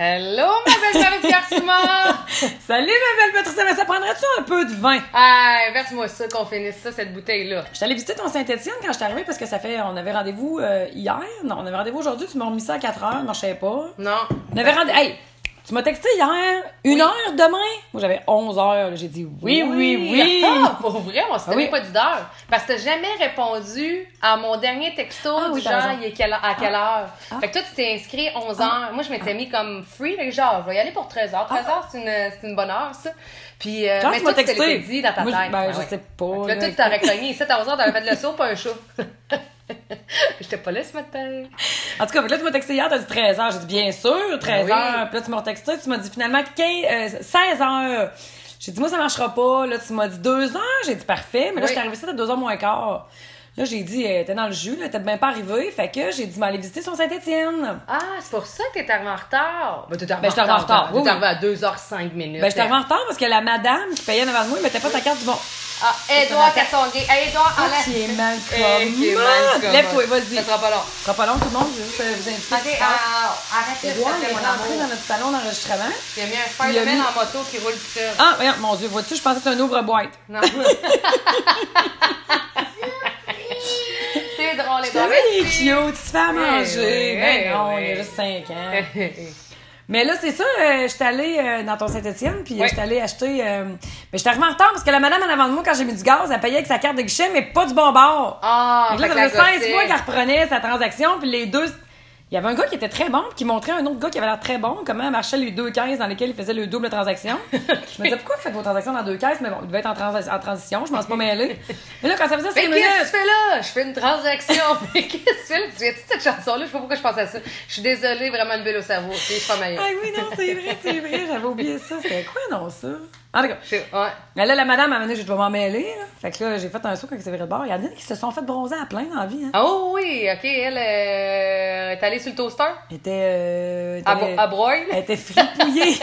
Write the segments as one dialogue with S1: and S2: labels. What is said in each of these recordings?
S1: Hello, ma belle Marie-Pierre Simon!
S2: Salut ma belle Patricia, mais ça prendrait-tu un peu de vin?
S1: Ah, verse-moi ça, qu'on finisse ça, cette bouteille-là.
S2: Je suis allée visiter ton Saint-Étienne quand je suis arrivée parce que ça fait. On avait rendez-vous euh, hier. Non, on avait rendez-vous aujourd'hui. Tu m'as remis ça à 4 heures, marchait pas.
S1: Non.
S2: On avait rendez Hey! Tu m'as texté hier, une heure demain? Moi j'avais 11 heures. J'ai dit oui, oui, oui.
S1: Ah, pour vrai, on s'était
S2: Ah oui.
S1: même pas dit d'heure. Parce que t'as jamais répondu à mon dernier texto
S2: Ah
S1: du
S2: oui, t'as
S1: genre,
S2: raison. Ah.
S1: il est quelle heure- à quelle heure. Fait que toi, tu t'es inscrit 11 heures. Moi, je m'étais mis comme free, fait que genre, je vais y aller pour 13 heures. 13 heures, c'est une, c'est une bonne heure, ça. Puis, euh,
S2: Ah. Genre,
S1: mais
S2: tu
S1: toi,
S2: m'as
S1: tu te
S2: texté.
S1: l'es dit dans ta
S2: Moi, je-
S1: tête.
S2: ben,
S1: Ah
S2: je
S1: ouais.
S2: sais pas,
S1: Fait que Là,
S2: là.
S1: toi, tu t'aurais cogné ici à 11 heures, t'aurais fait le saut, pas un chat. J'étais pas là ce matin.
S2: En tout cas, fait que là, tu m'as texté hier, t'as dit 13 heures. J'ai dit bien sûr,
S1: Ben
S2: 13
S1: Oui.
S2: heures. Puis là, tu m'as texté, tu m'as dit finalement 15, euh, 16 heures. J'ai dit, moi, ça marchera pas. Là, tu m'as dit 2 heures. J'ai dit parfait.
S1: Oui.
S2: Mais là, je suis arrivée ici à 2 heures moins quart. Là, j'ai dit, euh, t'es dans le jus, là, t'es même pas arrivé. Fait que j'ai dit, m'aller visiter son Saint-Étienne.
S1: Ah, c'est pour ça que t'es arrivé en retard. Ben, t'es arrivé
S2: Ben, j'étais arrivé en retard,
S1: t'es-
S2: oui,
S1: T'es arrivé à 2h05 minutes.
S2: Ben, j'étais arrivée en retard parce que la madame qui payait devant moi, elle mettait pas sa carte du bon.
S1: Ah, Edouard Cassonguay. Hey, Edouard,
S2: Ah,
S1: enlève.
S2: qui est mal
S1: Eh, qui est mal
S2: commode.
S1: commode.
S2: Lève-toi, vas-y.
S1: Ça sera pas long.
S2: Ce sera pas long, tout le monde, je vais juste euh, vous inviter.
S1: Ok, ah, arrête le
S2: Edouard, il est
S1: mon
S2: rentré dans
S1: amour.
S2: notre salon d'enregistrement.
S1: Il a mis un
S2: Il a
S1: Spider-Man
S2: mis-
S1: en moto qui roule tout seul.
S2: Ah, regarde, mon Dieu, vois-tu, je pensais que c'était un ouvre-boîte.
S1: Non. T'es drôle,
S2: Ah
S1: Edouard.
S2: oui, il est cute, tu te fais à manger.
S1: oui,
S2: Mais
S1: eh
S2: non,
S1: oui.
S2: il a juste 5 ans.
S1: Merci.
S2: Mais là, c'est ça, euh, je suis allée euh, dans ton Saint-Étienne, puis euh,
S1: Oui.
S2: je suis allée acheter... euh, mais je suis arrivée en retard parce que la madame en avant de moi, quand j'ai mis du gaz, elle payait avec sa carte de guichet, mais pas du bon bord.
S1: Ah,
S2: Donc là,
S1: fait
S2: ça
S1: que la
S2: faisait 16
S1: gossée.
S2: fois qu'elle reprenait sa transaction, puis les deux... Il y avait un gars qui était très bon, puis qui montrait à un autre gars qui avait l'air très bon, comment marchaient les deux caisses dans lesquelles il faisait le double transaction. Je me disais, pourquoi vous faites vos transactions dans deux caisses? Mais bon, il devait être en, transa- en transition, je m'en suis pas mêlée. Mais là, quand ça faisait 5
S1: Mais qu'est-ce que tu
S2: minutes...
S1: fais là? Je fais une transaction. Mais qu'est-ce que tu fais là? Tu viens de cette chanson-là? Je sais pas pourquoi je pense à ça. Je suis désolée, vraiment une belle au cerveau. ok? Je suis pas meilleure.
S2: Ah oui, non, c'est vrai, c'est vrai, j'avais oublié ça. C'était quoi, non, ça? En tout cas,
S1: Je sais- Ouais.
S2: Mais là, la madame, à un moment donné, j'ai dit, je vais m'en mêler. Là. Fait que là, j'ai fait un saut quand c'est vrai de bord. Il y en a qui se sont fait bronzer à plein dans la vie. Hein.
S1: Ah oh, oui, ok, elle euh, est allée sur le toaster
S2: Elle était. euh, elle était-
S1: à, bro- à broil.
S2: elle était fripouillée.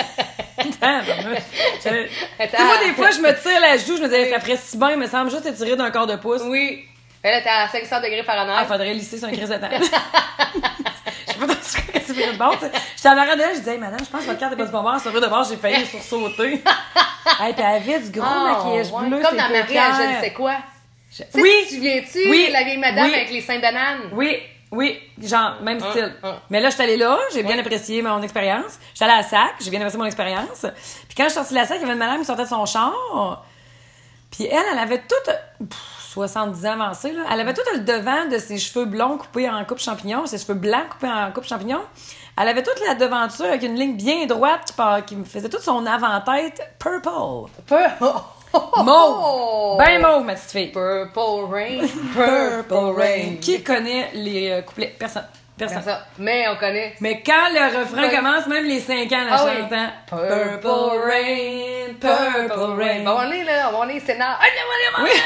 S2: Attends, maman. Je- Tu sais, moi, des fois, je me tire la joue, je me dis, ça ferait si bien, il me semble juste étirer d'un quart de pouce.
S1: Oui. Elle était à 500 degrés
S2: Ah,
S1: Fahrenheit.
S2: faudrait lisser sur un crise de temps. Je sais pas dans ce cas, c'est vrai de bord. tu sais. J'étais en arrière d'elle, j'ai dit, hey, madame, je pense que votre carte est pas du bon bord. Sur vrai de bord, j'ai failli sursauter. hey, puis elle avait du gros
S1: Ah,
S2: maquillage
S1: ouais.
S2: bleu.
S1: Comme
S2: ses
S1: dans Marie,
S2: paupières.
S1: je ne sais quoi. Tu sais,
S2: Oui.
S1: Tu te souviens-tu?
S2: Oui.
S1: La vieille madame
S2: Oui.
S1: avec les seins bananes.
S2: Oui, oui, genre, même
S1: Hein,
S2: style.
S1: hein.
S2: Mais là, je suis allée là, j'ai bien apprécié mon expérience. Je suis allée à la SAC, j'ai bien apprécié mon expérience. Puis quand je suis sortie de la SAC, il y avait une madame qui sortait de son char. Puis elle, elle avait tout... pff, 70 ans avancée, là. Elle avait tout le devant de ses cheveux blonds coupés en coupe champignon, ses cheveux blancs coupés en coupe champignon. Elle avait toute la devanture avec une ligne bien droite qui, par- qui me faisait toute son avant-tête purple.
S1: Purple.
S2: Mauve! Ben mauve, ma petite fille.
S1: oh, Purple Rain.
S2: Purple Rain. Qui connaît les euh, couplets? Personne. Personne.
S1: C'est ça. Mais on connaît.
S2: Mais quand le refrain
S1: Oui.
S2: commence, même les 5 ans, la
S1: Ah oui.
S2: chantant
S1: Purple
S2: Rain, Purple Rain.
S1: Bon, on est là, on est scénar.
S2: Oui.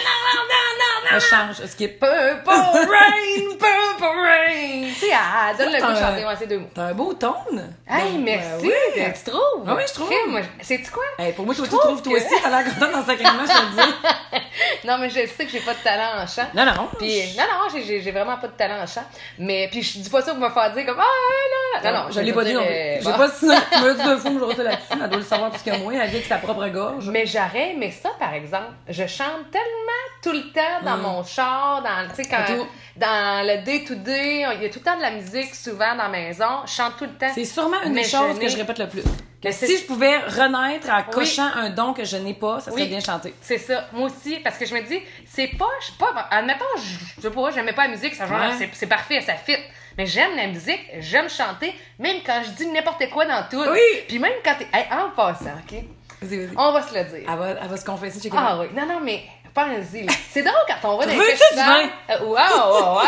S2: Je change, skip.
S1: Purple Rain, Purple Rain. Tu sais, elle donne le goût de
S2: Attends,
S1: chanter moi, ces deux mots.
S2: T'as un beau tone.
S1: Hey,
S2: Donc,
S1: merci,
S2: euh, oui.
S1: tu trouves?
S2: Ah oui, je trouve.
S1: Crime, moi, je- Sais-tu quoi?
S2: Hey, pour moi, toi,
S1: Je
S2: tu
S1: trouve
S2: trouves toi
S1: que-
S2: aussi, t'as l'air contente dans sacrément, je te le dis.
S1: non, mais je sais que j'ai pas de talent en chant.
S2: Non, non.
S1: Puis, non, non, j'ai- j'ai j'ai vraiment pas de talent en chant. Mais, puis je dis pas ça pour me faire dire comme, ah, là. Non, non,
S2: je l'ai pas dit non plus.
S1: mais
S2: Je sais pas si tu me dis deux fois que je retourne là-dessus, elle doit le savoir plus que moi, elle vit avec sa propre gorge.
S1: Mais j'aurais aimé ça, par exemple. Je chante tellement tout le temps dans mon char, dans, tu sais, quand,
S2: Mm. Tout.
S1: dans le day-to-day. Il y a tout le temps de la musique, souvent, dans la maison. Je chante tout le temps.
S2: C'est sûrement une des
S1: Mais je
S2: choses que
S1: n'ai-
S2: je répète le plus.
S1: Mais c'est-
S2: Si je pouvais renaître en cochant un don que je n'ai pas, ça serait
S1: Oui.
S2: bien chanté.
S1: C'est ça, moi aussi, parce que je me dis, c'est pas, je suis pas, admettons, je, je sais pas, j'aimais pas la musique, ça genre,
S2: Ouais.
S1: c'est, c'est parfait, ça fit. Mais j'aime la musique, j'aime chanter, même quand je dis n'importe quoi dans tout.
S2: Oui.
S1: Puis même quand t'es, hey, en passant, ok,
S2: Vas-y, vas-y.
S1: on va se le dire.
S2: Elle va, elle va se confesser chez quelqu'un.
S1: Ah oui, non, non, mais pensez-y. là. C'est drôle quand on va dans les
S2: Veux-tu
S1: festivals.
S2: du vin?
S1: Euh, Wow, wow,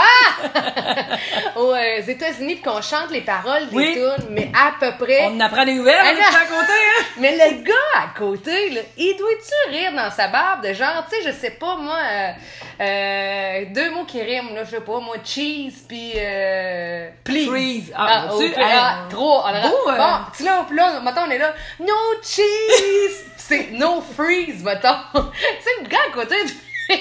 S1: wow. Aux euh, États-Unis, puis qu'on chante les paroles des
S2: Oui.
S1: tunes, mais à peu près.
S2: On en apprend des nouvelles, on
S1: Ah,
S2: est
S1: non.
S2: tout à côté, hein?
S1: Mais le gars à côté, là, il doit-tu rire dans sa barbe de genre, tu sais, je sais pas, moi, euh, euh, deux mots qui riment, là, je sais pas, moi, cheese puis euh, please.
S2: Freeze. Ah, mon
S1: oh,
S2: Dieu,
S1: puis, ah,
S2: hey.
S1: trop. on aura-
S2: Beau, euh.
S1: Bon, tu là, puis là, mettons, on est là, no cheese. c'est no freeze, mettons. tu sais, le gars à côté. sais,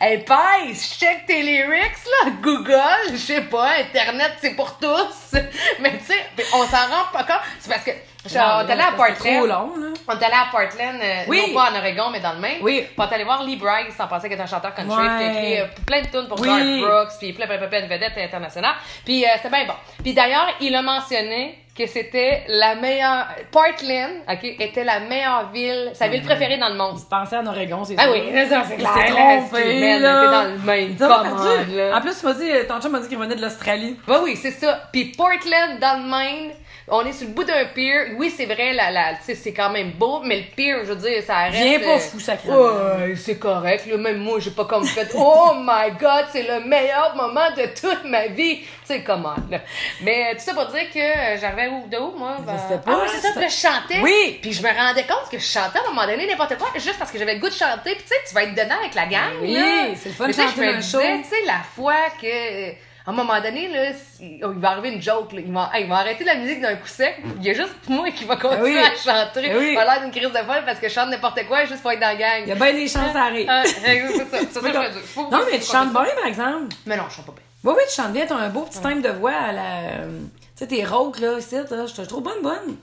S1: hey, pèse, check tes lyrics, là, Google, je sais pas, Internet, c'est pour tous. Mais tu sais, puis on s'en rend pas compte. C'est parce que, genre,
S2: Non,
S1: on est allé à
S2: c'est
S1: Portland.
S2: trop long, là.
S1: On est allé à Portland, euh,
S2: Oui.
S1: non pas en Oregon, mais dans le Maine.
S2: Oui.
S1: Puis on est allé voir Lee Bragg, sans penser qu'il est un chanteur country,
S2: Ouais.
S1: puis qui a écrit euh, plein de tunes pour
S2: Oui.
S1: Garth Brooks, puis plein, plein, plein, plein de vedettes internationales. Puis euh, c'était bien bon. Puis d'ailleurs, il a mentionné que c'était la meilleure... Portland, OK, était la meilleure ville, sa ville préférée dans le monde.
S2: Je pensais en Oregon, c'est
S1: Ah
S2: sûr.
S1: oui, c'est ça, c'est
S2: Il
S1: clair.
S2: s'est
S1: là,
S2: trompé,
S1: excuse, man,
S2: là.
S1: T'es dans le même.
S2: Il s'est perdu.
S1: Commande,
S2: En
S1: là.
S2: plus, tu m'as dit, euh, ton chum m'a dit qu'il revenait de l'Australie.
S1: Bah oui, c'est ça. Puis Portland, dans le Maine, on est sur le bout d'un pier. Oui, c'est vrai, la, la, tu sais, c'est quand même beau, mais le pier, je veux dire, ça reste...
S2: Viens pas
S1: euh,
S2: fou, sacrément.
S1: Ouais, c'est correct. Là, même moi, j'ai pas comme fait « Oh my God, c'est le meilleur moment de toute ma vie! » Tu sais, comment, là. Mais tout ça pour dire que euh, j'arrivais où d'où, moi? ben-
S2: sais pas,
S1: Ah ouais, c'est ça,
S2: c'est-
S1: que je chantais.
S2: Oui.
S1: Puis je me rendais compte que je chantais à un moment donné n'importe quoi, juste parce que j'avais le goût de chanter. Puis tu sais, tu vas être dedans avec la gang,
S2: Oui,
S1: là.
S2: c'est le fun
S1: Mais
S2: de
S1: tu sais,
S2: chanter
S1: je me
S2: dans le
S1: disais,
S2: show.
S1: tu sais, la fois que. euh, À un moment donné, là, si- oh, il va arriver une joke. Là. Ils, vont, hey, ils vont arrêter la musique d'un coup sec. Il y a juste moi qui va continuer
S2: Mm. oui.
S1: à chanter.
S2: Eh oui.
S1: Il va l'air d'une crise de folle parce que je chante n'importe quoi juste pour être dans la gang.
S2: Il y a bien des chances à rire.
S1: Ah, c'est ça. C'est ça que je veux dire. Faut-
S2: Non, mais tu
S1: faut-
S2: chantes bien, par exemple.
S1: Mais non, je chante pas bien.
S2: Oui, oui, tu chantes bien. T'as un beau petit timbre de voix à la. euh, Tu sais, t'es rauque, là, ici, là. Je te trouve bonne, bonne.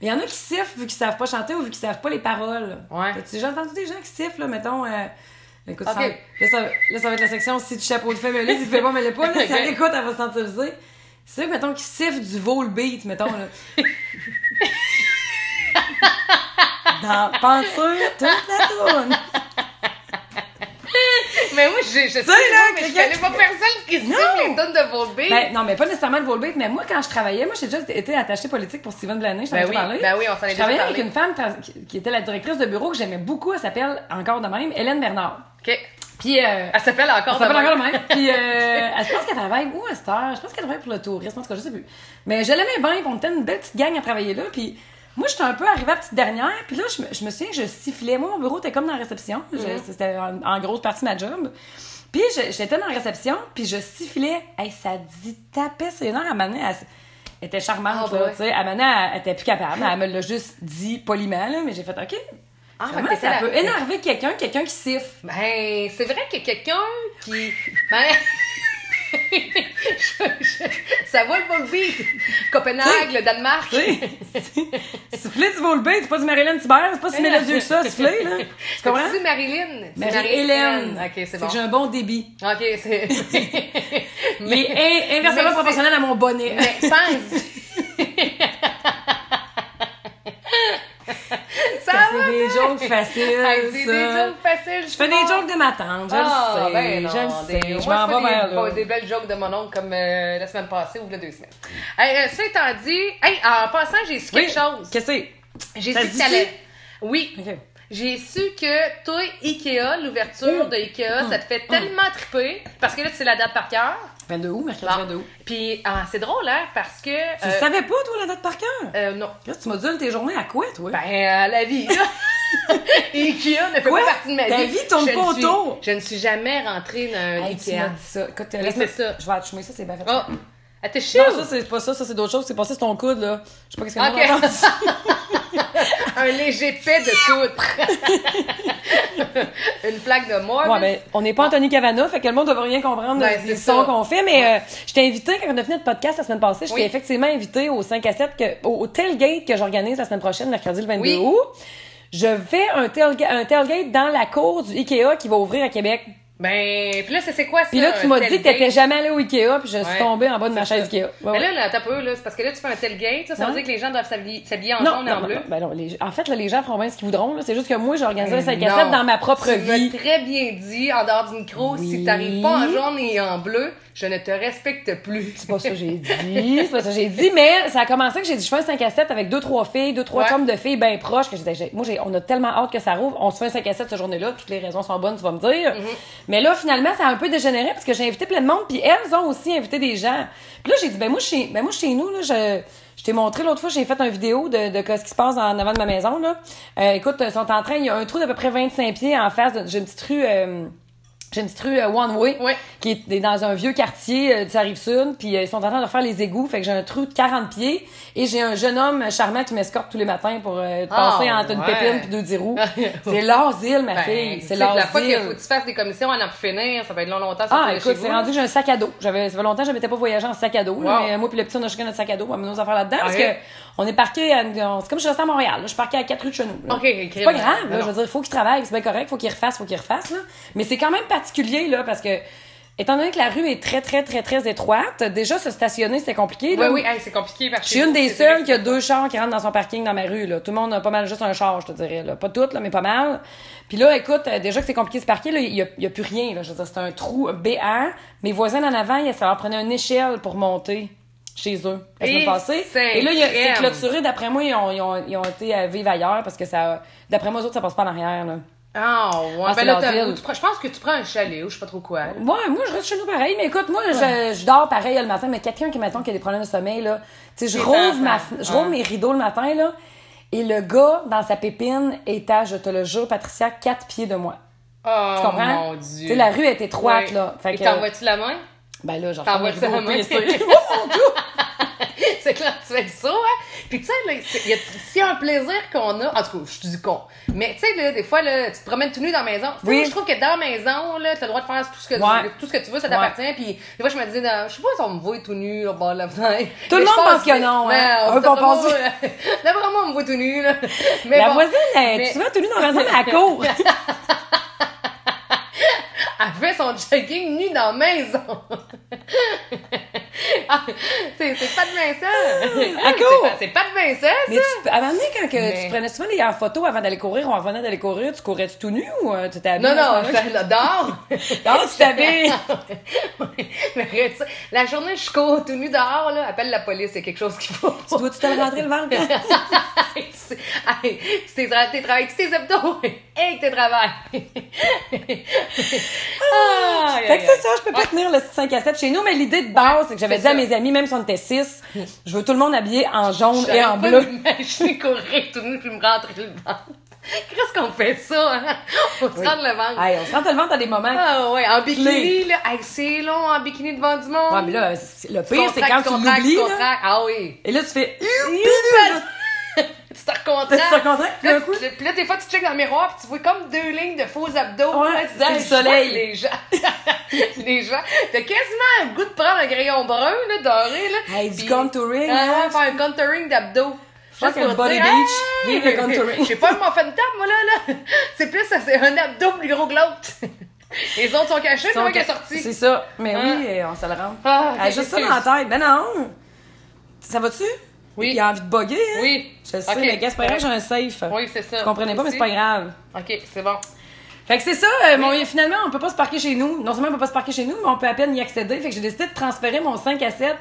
S2: Mais il y en a qui sifflent vu qu'ils savent pas chanter ou vu qu'ils savent pas les paroles.
S1: Ouais.
S2: T'as-tu déjà entendu des gens qui sifflent, là, mettons. euh, Écoute,
S1: Ok.
S2: ça- là, ça, là, ça va être la section si tu chapeau de féminin, si tu fais pas, mais les pas, là, si elle
S1: Ok.
S2: écoute, elle va se sentir visée. C'est sûr, mettons, qui siffle du vol le beat, mettons, là. Dans Peinture, toute la tourne.
S1: Mais moi, je, je sais
S2: là,
S1: pas, mais je
S2: quelqu'un
S1: connais
S2: qui
S1: pas personne qui siffle les tonnes de Volbeat.
S2: Ben, non, mais pas nécessairement le Volbeat, mais moi, quand je travaillais, moi, j'ai déjà été attachée politique pour Steven Blanet, je t'en
S1: Ben
S2: ai
S1: oui,
S2: parlé.
S1: ben oui, on s'en est
S2: Je travaillais
S1: déjà
S2: avec
S1: parlé.
S2: une femme tra- qui qui était la directrice de bureau que j'aimais beaucoup, elle s'appelle encore de même, Hélène Bernard.
S1: OK.
S2: Puis, euh,
S1: Elle s'appelle encore
S2: elle s'appelle
S1: de
S2: encore de même. Puis, euh, elle- je pense qu'elle travaille où à cette heure? Je pense qu'elle travaille pour le tourisme, en tout cas, je sais plus. Mais je l'aimais bien, puis on était une belle petite gang à travailler là, puis... Moi, j'étais un peu arrivée à petite dernière, puis là, je me, je me souviens que je sifflais. Moi, mon bureau était comme dans la réception. Je-
S1: Mm.
S2: C'était en, en grosse partie ma job. Puis je- j'étais dans la réception, puis je sifflais. Hey, ça dit taper ses nerfs à Manet. Elle, s- elle était charmante,
S1: Ah,
S2: là,
S1: ouais.
S2: tu sais. À Manet, elle, elle était plus capable. Elle me l'a juste dit poliment, là, mais j'ai fait OK.
S1: Ah,
S2: Comment
S1: fait que
S2: ça
S1: t'étais
S2: peut
S1: la-
S2: énerver quelqu'un, quelqu'un qui siffle?
S1: Ben, c'est vrai que quelqu'un qui. Ben... je- je- Ça va le Volbeat. Copenhague, le Danemark.
S2: Tu sais, siffler du Volbeat, c'est pas du Marilyn Thibert, c'est pas si mélodieux que ça, siffler, là. Tu comprends?
S1: C'est Marilyn. C'est
S2: Marie-Hélène.
S1: Marie-Hélène. Ok, c'est bon.
S2: que j'ai un bon débit.
S1: Ok, c'est.
S2: Mais in-
S1: Mais
S2: inversement
S1: c'est-
S2: proportionnel à mon bonnet.
S1: Mais pense. ça
S2: Ça,
S1: va,
S2: c'est des
S1: toi?
S2: jokes faciles,
S1: Ah, Hey, C'est des
S2: ça.
S1: jokes faciles.
S2: Je fais des jokes de ma tante, je
S1: Ah,
S2: le sais.
S1: ben non,
S2: je le sais.
S1: des-
S2: je
S1: moi,
S2: m'en
S1: je
S2: vais
S1: fais
S2: vers
S1: des,
S2: là.
S1: des belles jokes de mon oncle comme euh, la semaine passée ou la deux semaines. Hey, euh, ça étant dit, hey, en passant, j'ai su quelque chose.
S2: Qu'est-ce que c'est?
S1: J'ai
S2: ça
S1: su
S2: se
S1: que t'allais-
S2: dit-tu?
S1: Oui.
S2: Ok.
S1: J'ai su que toi, Ikea,
S2: Oh.
S1: l'ouverture de Ikea, ça te fait tellement triper. Parce que là, tu sais la date par cœur.
S2: 22 août, mercredi
S1: Bon.
S2: 22 août.
S1: Puis, ah, c'est drôle, hein, parce que.
S2: Tu
S1: euh,
S2: savais pas, toi, la date par cœur?
S1: euh, non.
S2: Qu'est-ce que tu modules tes journées à quoi, toi?
S1: Ben, à la vie, là. Ikea ne fait
S2: Quoi?
S1: pas partie de ma vie.
S2: Ta vie tourne
S1: Je ne
S2: pas
S1: suis-
S2: autour.
S1: Je ne suis jamais rentrée dans un
S2: Hey, tu m'as
S1: Ikea.
S2: dit ça. Écoute,
S1: Oui,
S2: laisse-moi-
S1: c'est ça.
S2: Je vais achemer ça, c'est bien fait.
S1: Oh, elle te chie
S2: Non, ça, c'est pas ça, ça, c'est d'autres choses. C'est passé sur ton coude, là. Je sais pas qu'est-ce
S1: Ok.
S2: que a entendu.
S1: Un léger pet de coutre. Une plaque de mort.
S2: Ouais, ben, on n'est pas Anthony Cavana, fait que le monde ne va rien comprendre
S1: Ben,
S2: des
S1: c'est ça.
S2: sons qu'on fait, mais euh, je t'ai invité, quand on a fini notre podcast la semaine passée, je t'ai
S1: Oui.
S2: effectivement invité au 5 à 7, que, au, au tailgate que j'organise la semaine prochaine, mercredi le 22
S1: Oui.
S2: août. Je fais un, tailga- un tailgate dans la cour du Ikea qui va ouvrir à Québec.
S1: Ben, pis là, c'est c'est quoi ça?
S2: Puis là, tu
S1: un
S2: m'as dit que t'étais
S1: tailgate?
S2: jamais allé au Ikea, puis je suis
S1: Ouais,
S2: tombée en bas de ma
S1: c'est
S2: chaise
S1: ça.
S2: Ikea. Ouais,
S1: Mais
S2: ouais.
S1: Ben là, là, t'as peu, là, c'est parce que là, tu fais un tailgate, ça, ça veut
S2: Ouais.
S1: dire que les gens doivent s'habiller s'habiller en
S2: Non,
S1: jaune et
S2: non,
S1: en
S2: non,
S1: bleu.
S2: non, ben non, les- en fait, là, les gens feront bien ce qu'ils voudront. là. C'est juste que moi, j'organise le 5 à
S1: Ben Non.
S2: 7 dans ma propre
S1: Tu
S2: vie.
S1: m'as très bien dit, en dehors du micro, si
S2: Oui.
S1: t'arrives pas en jaune et en bleu, je ne te respecte plus.
S2: C'est pas ça que j'ai dit, c'est pas ça que j'ai dit, mais ça a commencé que j'ai dit je fais un 5 à 7 avec deux trois filles, deux trois
S1: Ouais.
S2: chums de filles bien proches que j'étais j'ai- moi j'ai- on a tellement hâte que ça rouvre, on se fait un 5 à 7 cette journée-là, toutes les raisons sont bonnes, tu vas me dire. Mais là finalement ça a un peu dégénéré parce que j'ai invité plein de monde puis elles ont aussi invité des gens. Puis là j'ai dit ben moi chez ben moi chez nous là je je t'ai montré l'autre fois, j'ai fait une vidéo de, de ce qui se passe en avant de ma maison. Là. Euh, écoute, ils sont en train, il y a un trou d'à peu près 25 pieds en face. de- J'ai une petite rue euh, J'ai une petite rue euh, One Way
S1: Oui.
S2: qui est dans un vieux quartier euh, de Rive-Sud, puis euh, ils sont en train de refaire les égouts, fait que j'ai un trou de 40 pieds et j'ai un jeune homme charmant qui m'escorte tous les matins pour euh, passer
S1: Ah,
S2: entre une
S1: ouais.
S2: pépine puis deux dix roues. c'est l'asile, ma
S1: Ben,
S2: fille,
S1: tu
S2: c'est
S1: sais, la fois qu'il
S2: l'asile.
S1: faut que tu fasses des commissions à n'en plus finir, ça peut être long longtemps. ça
S2: Ah,
S1: peut être
S2: écoute,
S1: chez
S2: c'est
S1: vous.
S2: rendu que j'ai un sac à dos. J'avais, ça fait longtemps que je n'avais pas voyagé en sac à dos. là,
S1: Wow.
S2: mais moi puis le petit, on a chacun notre sac à dos. On va nos affaires là-dedans. Parce
S1: Ok.
S2: que on est parqué à, on- c'est comme je suis restée à Montréal. là, Je suis parquée à quatre rues de chez nous. là.
S1: Ok,
S2: c'est pas
S1: crime.
S2: grave.
S1: Non,
S2: Là,
S1: non.
S2: je veux dire, faut qu'il travaille. C'est bien correct. Faut qu'il refasse. Faut qu'il refasse. Là. Mais c'est quand même particulier, là, parce que, étant donné que la rue est très, très, très, très étroite, déjà, se stationner, c'était compliqué.
S1: Oui,
S2: là.
S1: Ben oui, hey, c'est compliqué. par
S2: Je
S1: chez
S2: suis une
S1: vous,
S2: des
S1: c'est
S2: seules
S1: vrai.
S2: qui a deux chars qui rentrent dans son parking dans ma rue. Là. Tout le monde a pas mal juste un char, je te dirais. Là. Pas toutes, là, mais pas mal. Puis là, écoute, euh, déjà que c'est compliqué ce parking, là, il n'y a, il y a plus rien. Là. Je veux dire, c'est un trou béant. Mes voisins en avant, ils- ça leur prenait une échelle pour monter chez eux la semaine
S1: Et
S2: passée.
S1: c'est
S2: Et là, il y a- c'est
S1: crème.
S2: clôturé. D'après moi, ils ont, ils, ont, ils ont été à vivre ailleurs parce que ça... D'après moi, eux autres, ça passe pas en arrière. Là.
S1: Ah, ouais.
S2: Ah, c'est
S1: ben là,
S2: leur
S1: t'as-
S2: ville.
S1: tu prends- je pense que tu prends un chalet ou je sais pas trop quoi. là.
S2: Moi, moi, je reste chez nous pareil, mais écoute, moi, je, je dors pareil le matin, mais quelqu'un qui m'attend qui a des problèmes de sommeil, là, tu sais, je
S1: Les
S2: rouvre, ma,
S1: enfants.
S2: je rouvre
S1: Ouais.
S2: mes rideaux le matin, là, et le gars, dans sa pépine, est à, je te le jure, Patricia, quatre pieds de moi.
S1: Oh,
S2: Tu comprends?
S1: mon
S2: Tu
S1: Dieu.
S2: sais, la rue est étroite,
S1: Ouais.
S2: là. Fait
S1: Et
S2: que,
S1: t'envoies-tu la main?
S2: ben là, genre,
S1: T'envoies-tu la main? c'est clair, tu fais du saut, hein? Puis tu sais, là, c'est- y a- s'il y a un plaisir qu'on a, en tout cas, je suis du con, mais tu sais, là, des fois, là, tu te promènes tout nu dans la maison. Tu sais,
S2: Oui.
S1: moi, je trouve que dans la maison, là, t'as le droit de faire tout ce que,
S2: Ouais.
S1: tout ce que tu veux, ça t'appartient. Puis des fois, je me disais, non, je sais pas si on me voit tout nu au bord de la fenêtre.
S2: Tout le
S1: Mais
S2: monde
S1: je
S2: pense que non,
S1: Non,
S2: hein? Eux,
S1: d'après
S2: qu'on
S1: moi,
S2: pense-
S1: euh, D'après moi, on me voit tout nu, là. Mais
S2: la
S1: bon,
S2: voisine, elle,
S1: mais-
S2: tu vois, tenue dans la voisine à la cour.
S1: Elle fait son jogging nu dans la maison. Ah, c'est c'est pas de Vincent.
S2: À
S1: C'est
S2: court.
S1: pas- C'est pas de Vincent, ça.
S2: mais tu, à un moment donné, quand que
S1: Mais-
S2: tu prenais souvent les en photo avant d'aller courir ou en venant d'aller courir, tu courais tout nu ou euh, tu t'es habillée
S1: Non,
S2: dans
S1: non,
S2: ce moment-là?
S1: je l'adore.
S2: Non, tu t'habilles.
S1: Mais arrête ça. la journée, je cours tout nu dehors, là, appelle la police, c'est quelque chose qu'il faut.
S2: Tu dois-tu te le rentrer le ventre?
S1: C'est- hey, tu t'es tra- t'es travaillé, tu t'es hebdo et que t'es travail. Ah, aïe,
S2: Fait
S1: aïe,
S2: que c'est
S1: aïe.
S2: ça, je peux pas tenir le 5 à 7 chez nous, mais l'idée de base, c'est que j'avais
S1: c'est
S2: dit à
S1: ça.
S2: mes amis, même si on était 6, je veux tout le monde habillé en jaune et
S1: J'arrive
S2: en
S1: pas
S2: bleu.
S1: d'imaginer courir tout nu puis me rentrer le ventre. Qu'est-ce qu'on fait ça, hein? On se rentre le ventre.
S2: Hey, on se rentre le ventre à des moments.
S1: Ah ouais, en bikini,
S2: Clé.
S1: là. Hey, c'est long en bikini devant du monde.
S2: Ouais, mais là, c'est- le pire, c'est quand
S1: Contracte,
S2: tu
S1: contracte,
S2: l'oublies. là.
S1: contracte. Ah oui.
S2: Et là, tu fais.
S1: tu te recontractes.
S2: Tu te recontractes, puis
S1: Là,
S2: d'un coup-
S1: tu- puis là, des fois, tu checkes dans le miroir, puis tu vois comme deux lignes de faux abdos.
S2: Ouais,
S1: là, tu dis,
S2: c'est
S1: Ah,
S2: le
S1: je vois
S2: soleil.
S1: Les gens. les gens. T'as quasiment le goût de prendre un crayon brun, là, doré, là.
S2: Hey, du
S1: puis-
S2: contouring,
S1: Ah,
S2: hein.
S1: ouais, faire un contouring d'abdos.
S2: Je pense
S1: Juste
S2: que le
S1: pour
S2: Body
S1: dire,
S2: Beach,
S1: Hey!
S2: vive le contouring.
S1: J'ai pas mon fait une table, moi, là, là. C'est plus, ça, c'est un abdo plus gros que l'autre. Les autres sont cachés, le
S2: Donc,
S1: mec qui est sorti.
S2: C'est ça. Mais
S1: Hein?
S2: oui, on se le rend.
S1: Ah,
S2: Hey, juste ça dans la
S1: excuse.
S2: tête. Ben non. Ça va-tu?
S1: Oui.
S2: Il a envie de bugger, hein?
S1: Oui.
S2: Je sais,
S1: Ok.
S2: mais gars, c'est pas grave, j'ai un safe.
S1: Oui, c'est ça.
S2: Je comprenais pas, mais c'est pas
S1: Aussi.
S2: grave.
S1: Ok, c'est bon.
S2: Fait que c'est ça, euh, mon- finalement, on peut pas se parquer chez nous. Non seulement on peut pas se parquer chez nous, mais on peut à peine y accéder. Fait que j'ai décidé de transférer mon 5 à 7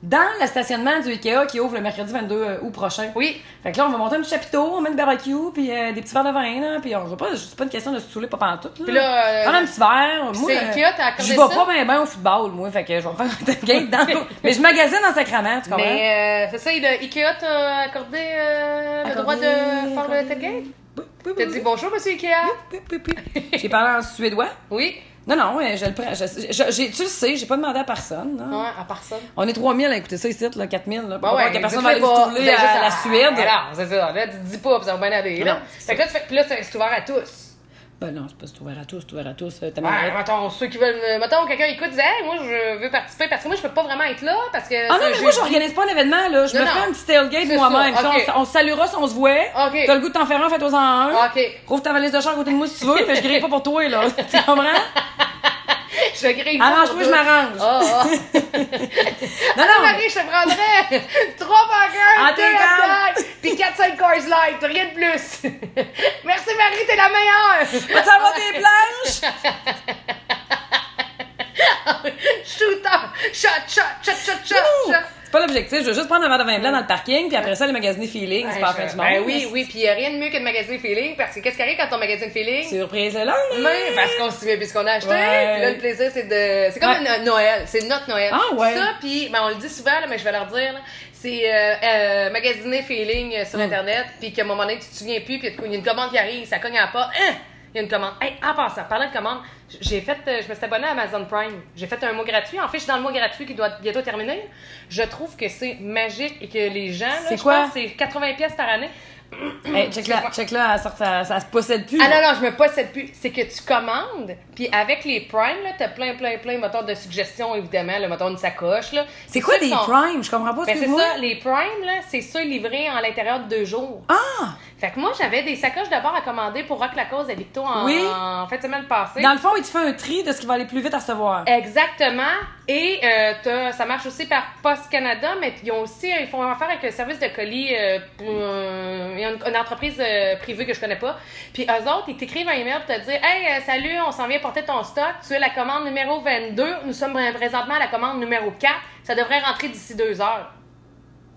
S2: dans le stationnement du Ikea qui ouvre le mercredi 22 août prochain.
S1: Oui.
S2: Fait que là, on va monter un petit chapiteau, on met le barbecue, puis euh, des petits verres de vin, là, puis on va pas, c'est pas une question de se saouler pas pantoute, là.
S1: Puis là, euh,
S2: Prendre un petit verre. Moi,
S1: c'est Ikea, t'as accordé
S2: Je
S1: ça?
S2: vais pas bien ben au football, moi, fait que je vais faire un tailgate dans Mais je magasine en sacrament, tu comprends?
S1: Mais euh, c'est ça, il a- Ikea t'a accordé euh, le
S2: Accordé,
S1: droit de faire
S2: accordé.
S1: le tailgate?
S2: Oui, oui,
S1: T'as
S2: oui,
S1: dit bonjour, monsieur Ikea?
S2: oui, oui, oui. J'ai parlé en suédois.
S1: Oui.
S2: Non, non, euh, je le prends. je- je- j'ai- tu le sais, j'ai pas demandé à personne. non.
S1: Ouais, à part ça.
S2: On est 3000 à écouter ça ici, là, 4000. Là, pour
S1: Bon,
S2: pas
S1: ouais,
S2: que personne va
S1: dites-le
S2: aller se
S1: pas.
S2: tourner
S1: Déjà,
S2: à la
S1: ça-
S2: Suède.
S1: Ah, Non, c'est ça. Là, tu te dis pas, puis ça va bien aller. là.
S2: Non, c'est
S1: Fait que là, tu fais, puis là, c'est c'est ouvert à tous.
S2: Ben non, c'est pas c'est ouvert à tous, c'est ouvert à tous. euh, t'as
S1: Ouais,
S2: mal-
S1: mettons, ceux qui veulent. euh, Mettons, quelqu'un écoute, dit, hey, moi, je veux participer parce que moi, je peux pas vraiment être là parce que.
S2: Ah non,
S1: c'est
S2: mais
S1: un
S2: moi,
S1: jeudi.
S2: j'organise pas l'événement, là. Je
S1: Non,
S2: me fais
S1: non.
S2: un petit tailgate
S1: C'est
S2: moi-même.
S1: ça,
S2: Ça,
S1: ok.
S2: on, on se saluera si on se voit.
S1: Ok.
S2: T'as le goût de t'en faire un, fais-toi-en un.
S1: Ah, Ok.
S2: Rouvre ta valise de char à côté de moi si tu veux, mais je grille pas pour toi, là. tu comprends?
S1: Je grille.
S2: Arrange-toi, je m'arrange.
S1: Ah, ah.
S2: Non,
S1: Ah,
S2: non.
S1: Marie, je te prendrais trois burgers,
S2: Ah,
S1: deux
S2: t'es
S1: hot dogs, puis 4-5 Coors Light, rien de plus. Merci Marie, t'es la meilleure.
S2: Vas-tu avoir tes planches?
S1: Shooter, shot, shot, shot, shot, shot.
S2: Non.
S1: shot.
S2: C'est pas l'objectif. Je veux juste prendre un verre de vin blanc dans le parking, puis après ça, aller magasiner feeling. c'est
S1: Ouais,
S2: pas la
S1: je-
S2: fin du monde.
S1: ben oui, oui, puis y a rien de mieux que de magasiner feeling, parce que qu'est-ce qui arrive quand on magasine feeling?
S2: Surprise le lendemain.
S1: Mais parce qu'on s'y met puis ce qu'on a acheté.
S2: Ouais.
S1: Puis là, le plaisir, c'est de. C'est comme
S2: Ouais.
S1: un Noël. C'est notre Noël.
S2: Ah, ouais.
S1: Ça, puis ben, on le dit souvent, là, mais je vais leur dire, là, c'est euh, euh,
S2: Mm.
S1: magasiner feeling euh, sur Internet, puis qu'à un moment donné, tu te souviens plus, puis il y a une commande qui arrive, ça cogne à pas. Hein? Il il y a une commande. Hey, en passant, parlant de commande, j'ai fait, euh, je me suis abonnée à Amazon Prime. J'ai fait un mot gratuit. En fait, je suis dans le mot gratuit qui doit bientôt terminer. Je trouve que c'est magique et que les gens, là,
S2: C'est
S1: je
S2: quoi?
S1: pense que c'est 80 pièces par année.
S2: Hey, check là, check là, elle sort- ça, ça se possède plus.
S1: Ah
S2: là.
S1: non, non, je me possède plus. C'est que tu commandes, puis avec les primes, là, t'as plein, plein, plein, mettons, de suggestions, évidemment, là, mettons, une sacoche, là.
S2: c'est
S1: Puis
S2: quoi
S1: ceux qui
S2: des
S1: sont-
S2: primes? Je comprends pas ce
S1: Ben,
S2: que
S1: c'est
S2: moi.
S1: ça, les primes, là, c'est ceux livrés en l'intérieur de deux jours.
S2: Ah!
S1: Fait que moi, j'avais des sacoches d'abord à commander pour Rock la Cause à Victo en,
S2: Oui.
S1: en fin de semaine passée.
S2: Dans le fond, il te fait un tri de ce qui va aller plus vite à recevoir.
S1: Euh, Exactement. Et euh, t'as- ça marche aussi par Post Canada, mais ils ont aussi ils font affaire avec un service de colis. euh, pour, euh, il y a une, une entreprise euh, privée que je connais pas. Puis eux autres, ils t'écrivent un email pour te dire Hey, euh, salut, on s'en vient porter ton stock. Tu es la commande numéro 22. Nous sommes euh, présentement à la commande numéro 4. Ça devrait rentrer d'ici deux heures.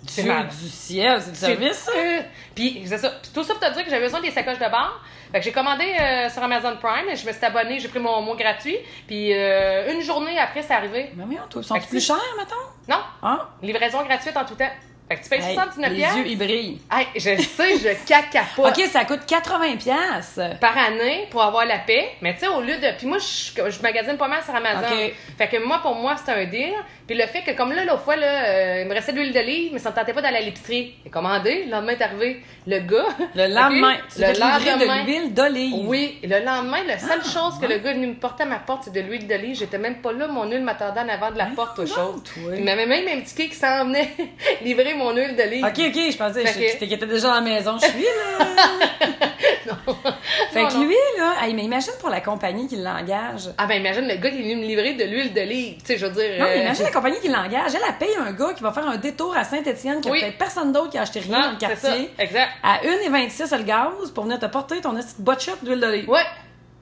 S1: C'est
S2: Dieu
S1: mal.
S2: du ciel, c'est du service, ça?
S1: Euh, Puis c'est ça. Puis tout ça pour te dire que j'avais besoin des sacoches de bar. Fait que j'ai commandé euh, sur Amazon Prime, et je me suis abonnée, j'ai pris mon mot gratuit. Puis euh, une journée après, c'est arrivé.
S2: Mais voyons, toi, ils sont
S1: Fait que
S2: plus
S1: si-
S2: chers, mettons?
S1: Non,
S2: Hein?
S1: livraison gratuite en tout temps. Fait que tu payes
S2: Hey,
S1: 79
S2: les
S1: Ben, piastres.
S2: yeux, ils brillent.
S1: Hey, je sais, je caca pas.
S2: OK, ça coûte 80 piastres.
S1: Par année pour avoir la paix, mais tu sais, au lieu de. Puis moi, je, je magasine pas mal sur Amazon.
S2: Ok.
S1: Fait que moi, pour moi, c'est un deal. Puis le fait que, comme là, l'autre fois, là, euh, il me restait de l'huile d'olive, mais ça me tentait pas d'aller à l'épicerie. J'ai commandé, le lendemain est arrivé. Le gars.
S2: Le lendemain,
S1: lui,
S2: tu le de l'huile d'olive.
S1: Oui, le lendemain, la
S2: Ah,
S1: seule chose que le gars est venu me porter à ma porte, c'est de l'huile d'olive. J'étais même pas là, mon huile m'attendait en avant de la porte aux
S2: Hein? non,
S1: choses.
S2: toi.
S1: Il m'avait même indiqué qu'il s'en venait livrer mon huile d'olive.
S2: OK, OK, je pensais
S1: Fait que-
S2: que t'étais déjà dans la maison. Je suis là.
S1: Non.
S2: fait
S1: Non,
S2: que
S1: non.
S2: lui, là, hey, mais imagine pour la compagnie qui l'engage.
S1: Ah ben imagine le gars qui est venu me livrer de l'huile d'olive, tu sais, je veux dire...
S2: Non,
S1: euh,
S2: mais imagine la compagnie qui l'engage. Elle, elle paye un gars qui va faire un détour à Saint-Étienne, qui a
S1: Oui.
S2: peut-être personne d'autre qui a acheté rien dans
S1: non,
S2: le
S1: c'est ça,
S2: quartier.
S1: exact.
S2: À 1,26 le gaz pour venir te porter ton petite botchette d'huile d'olive.
S1: Ouais.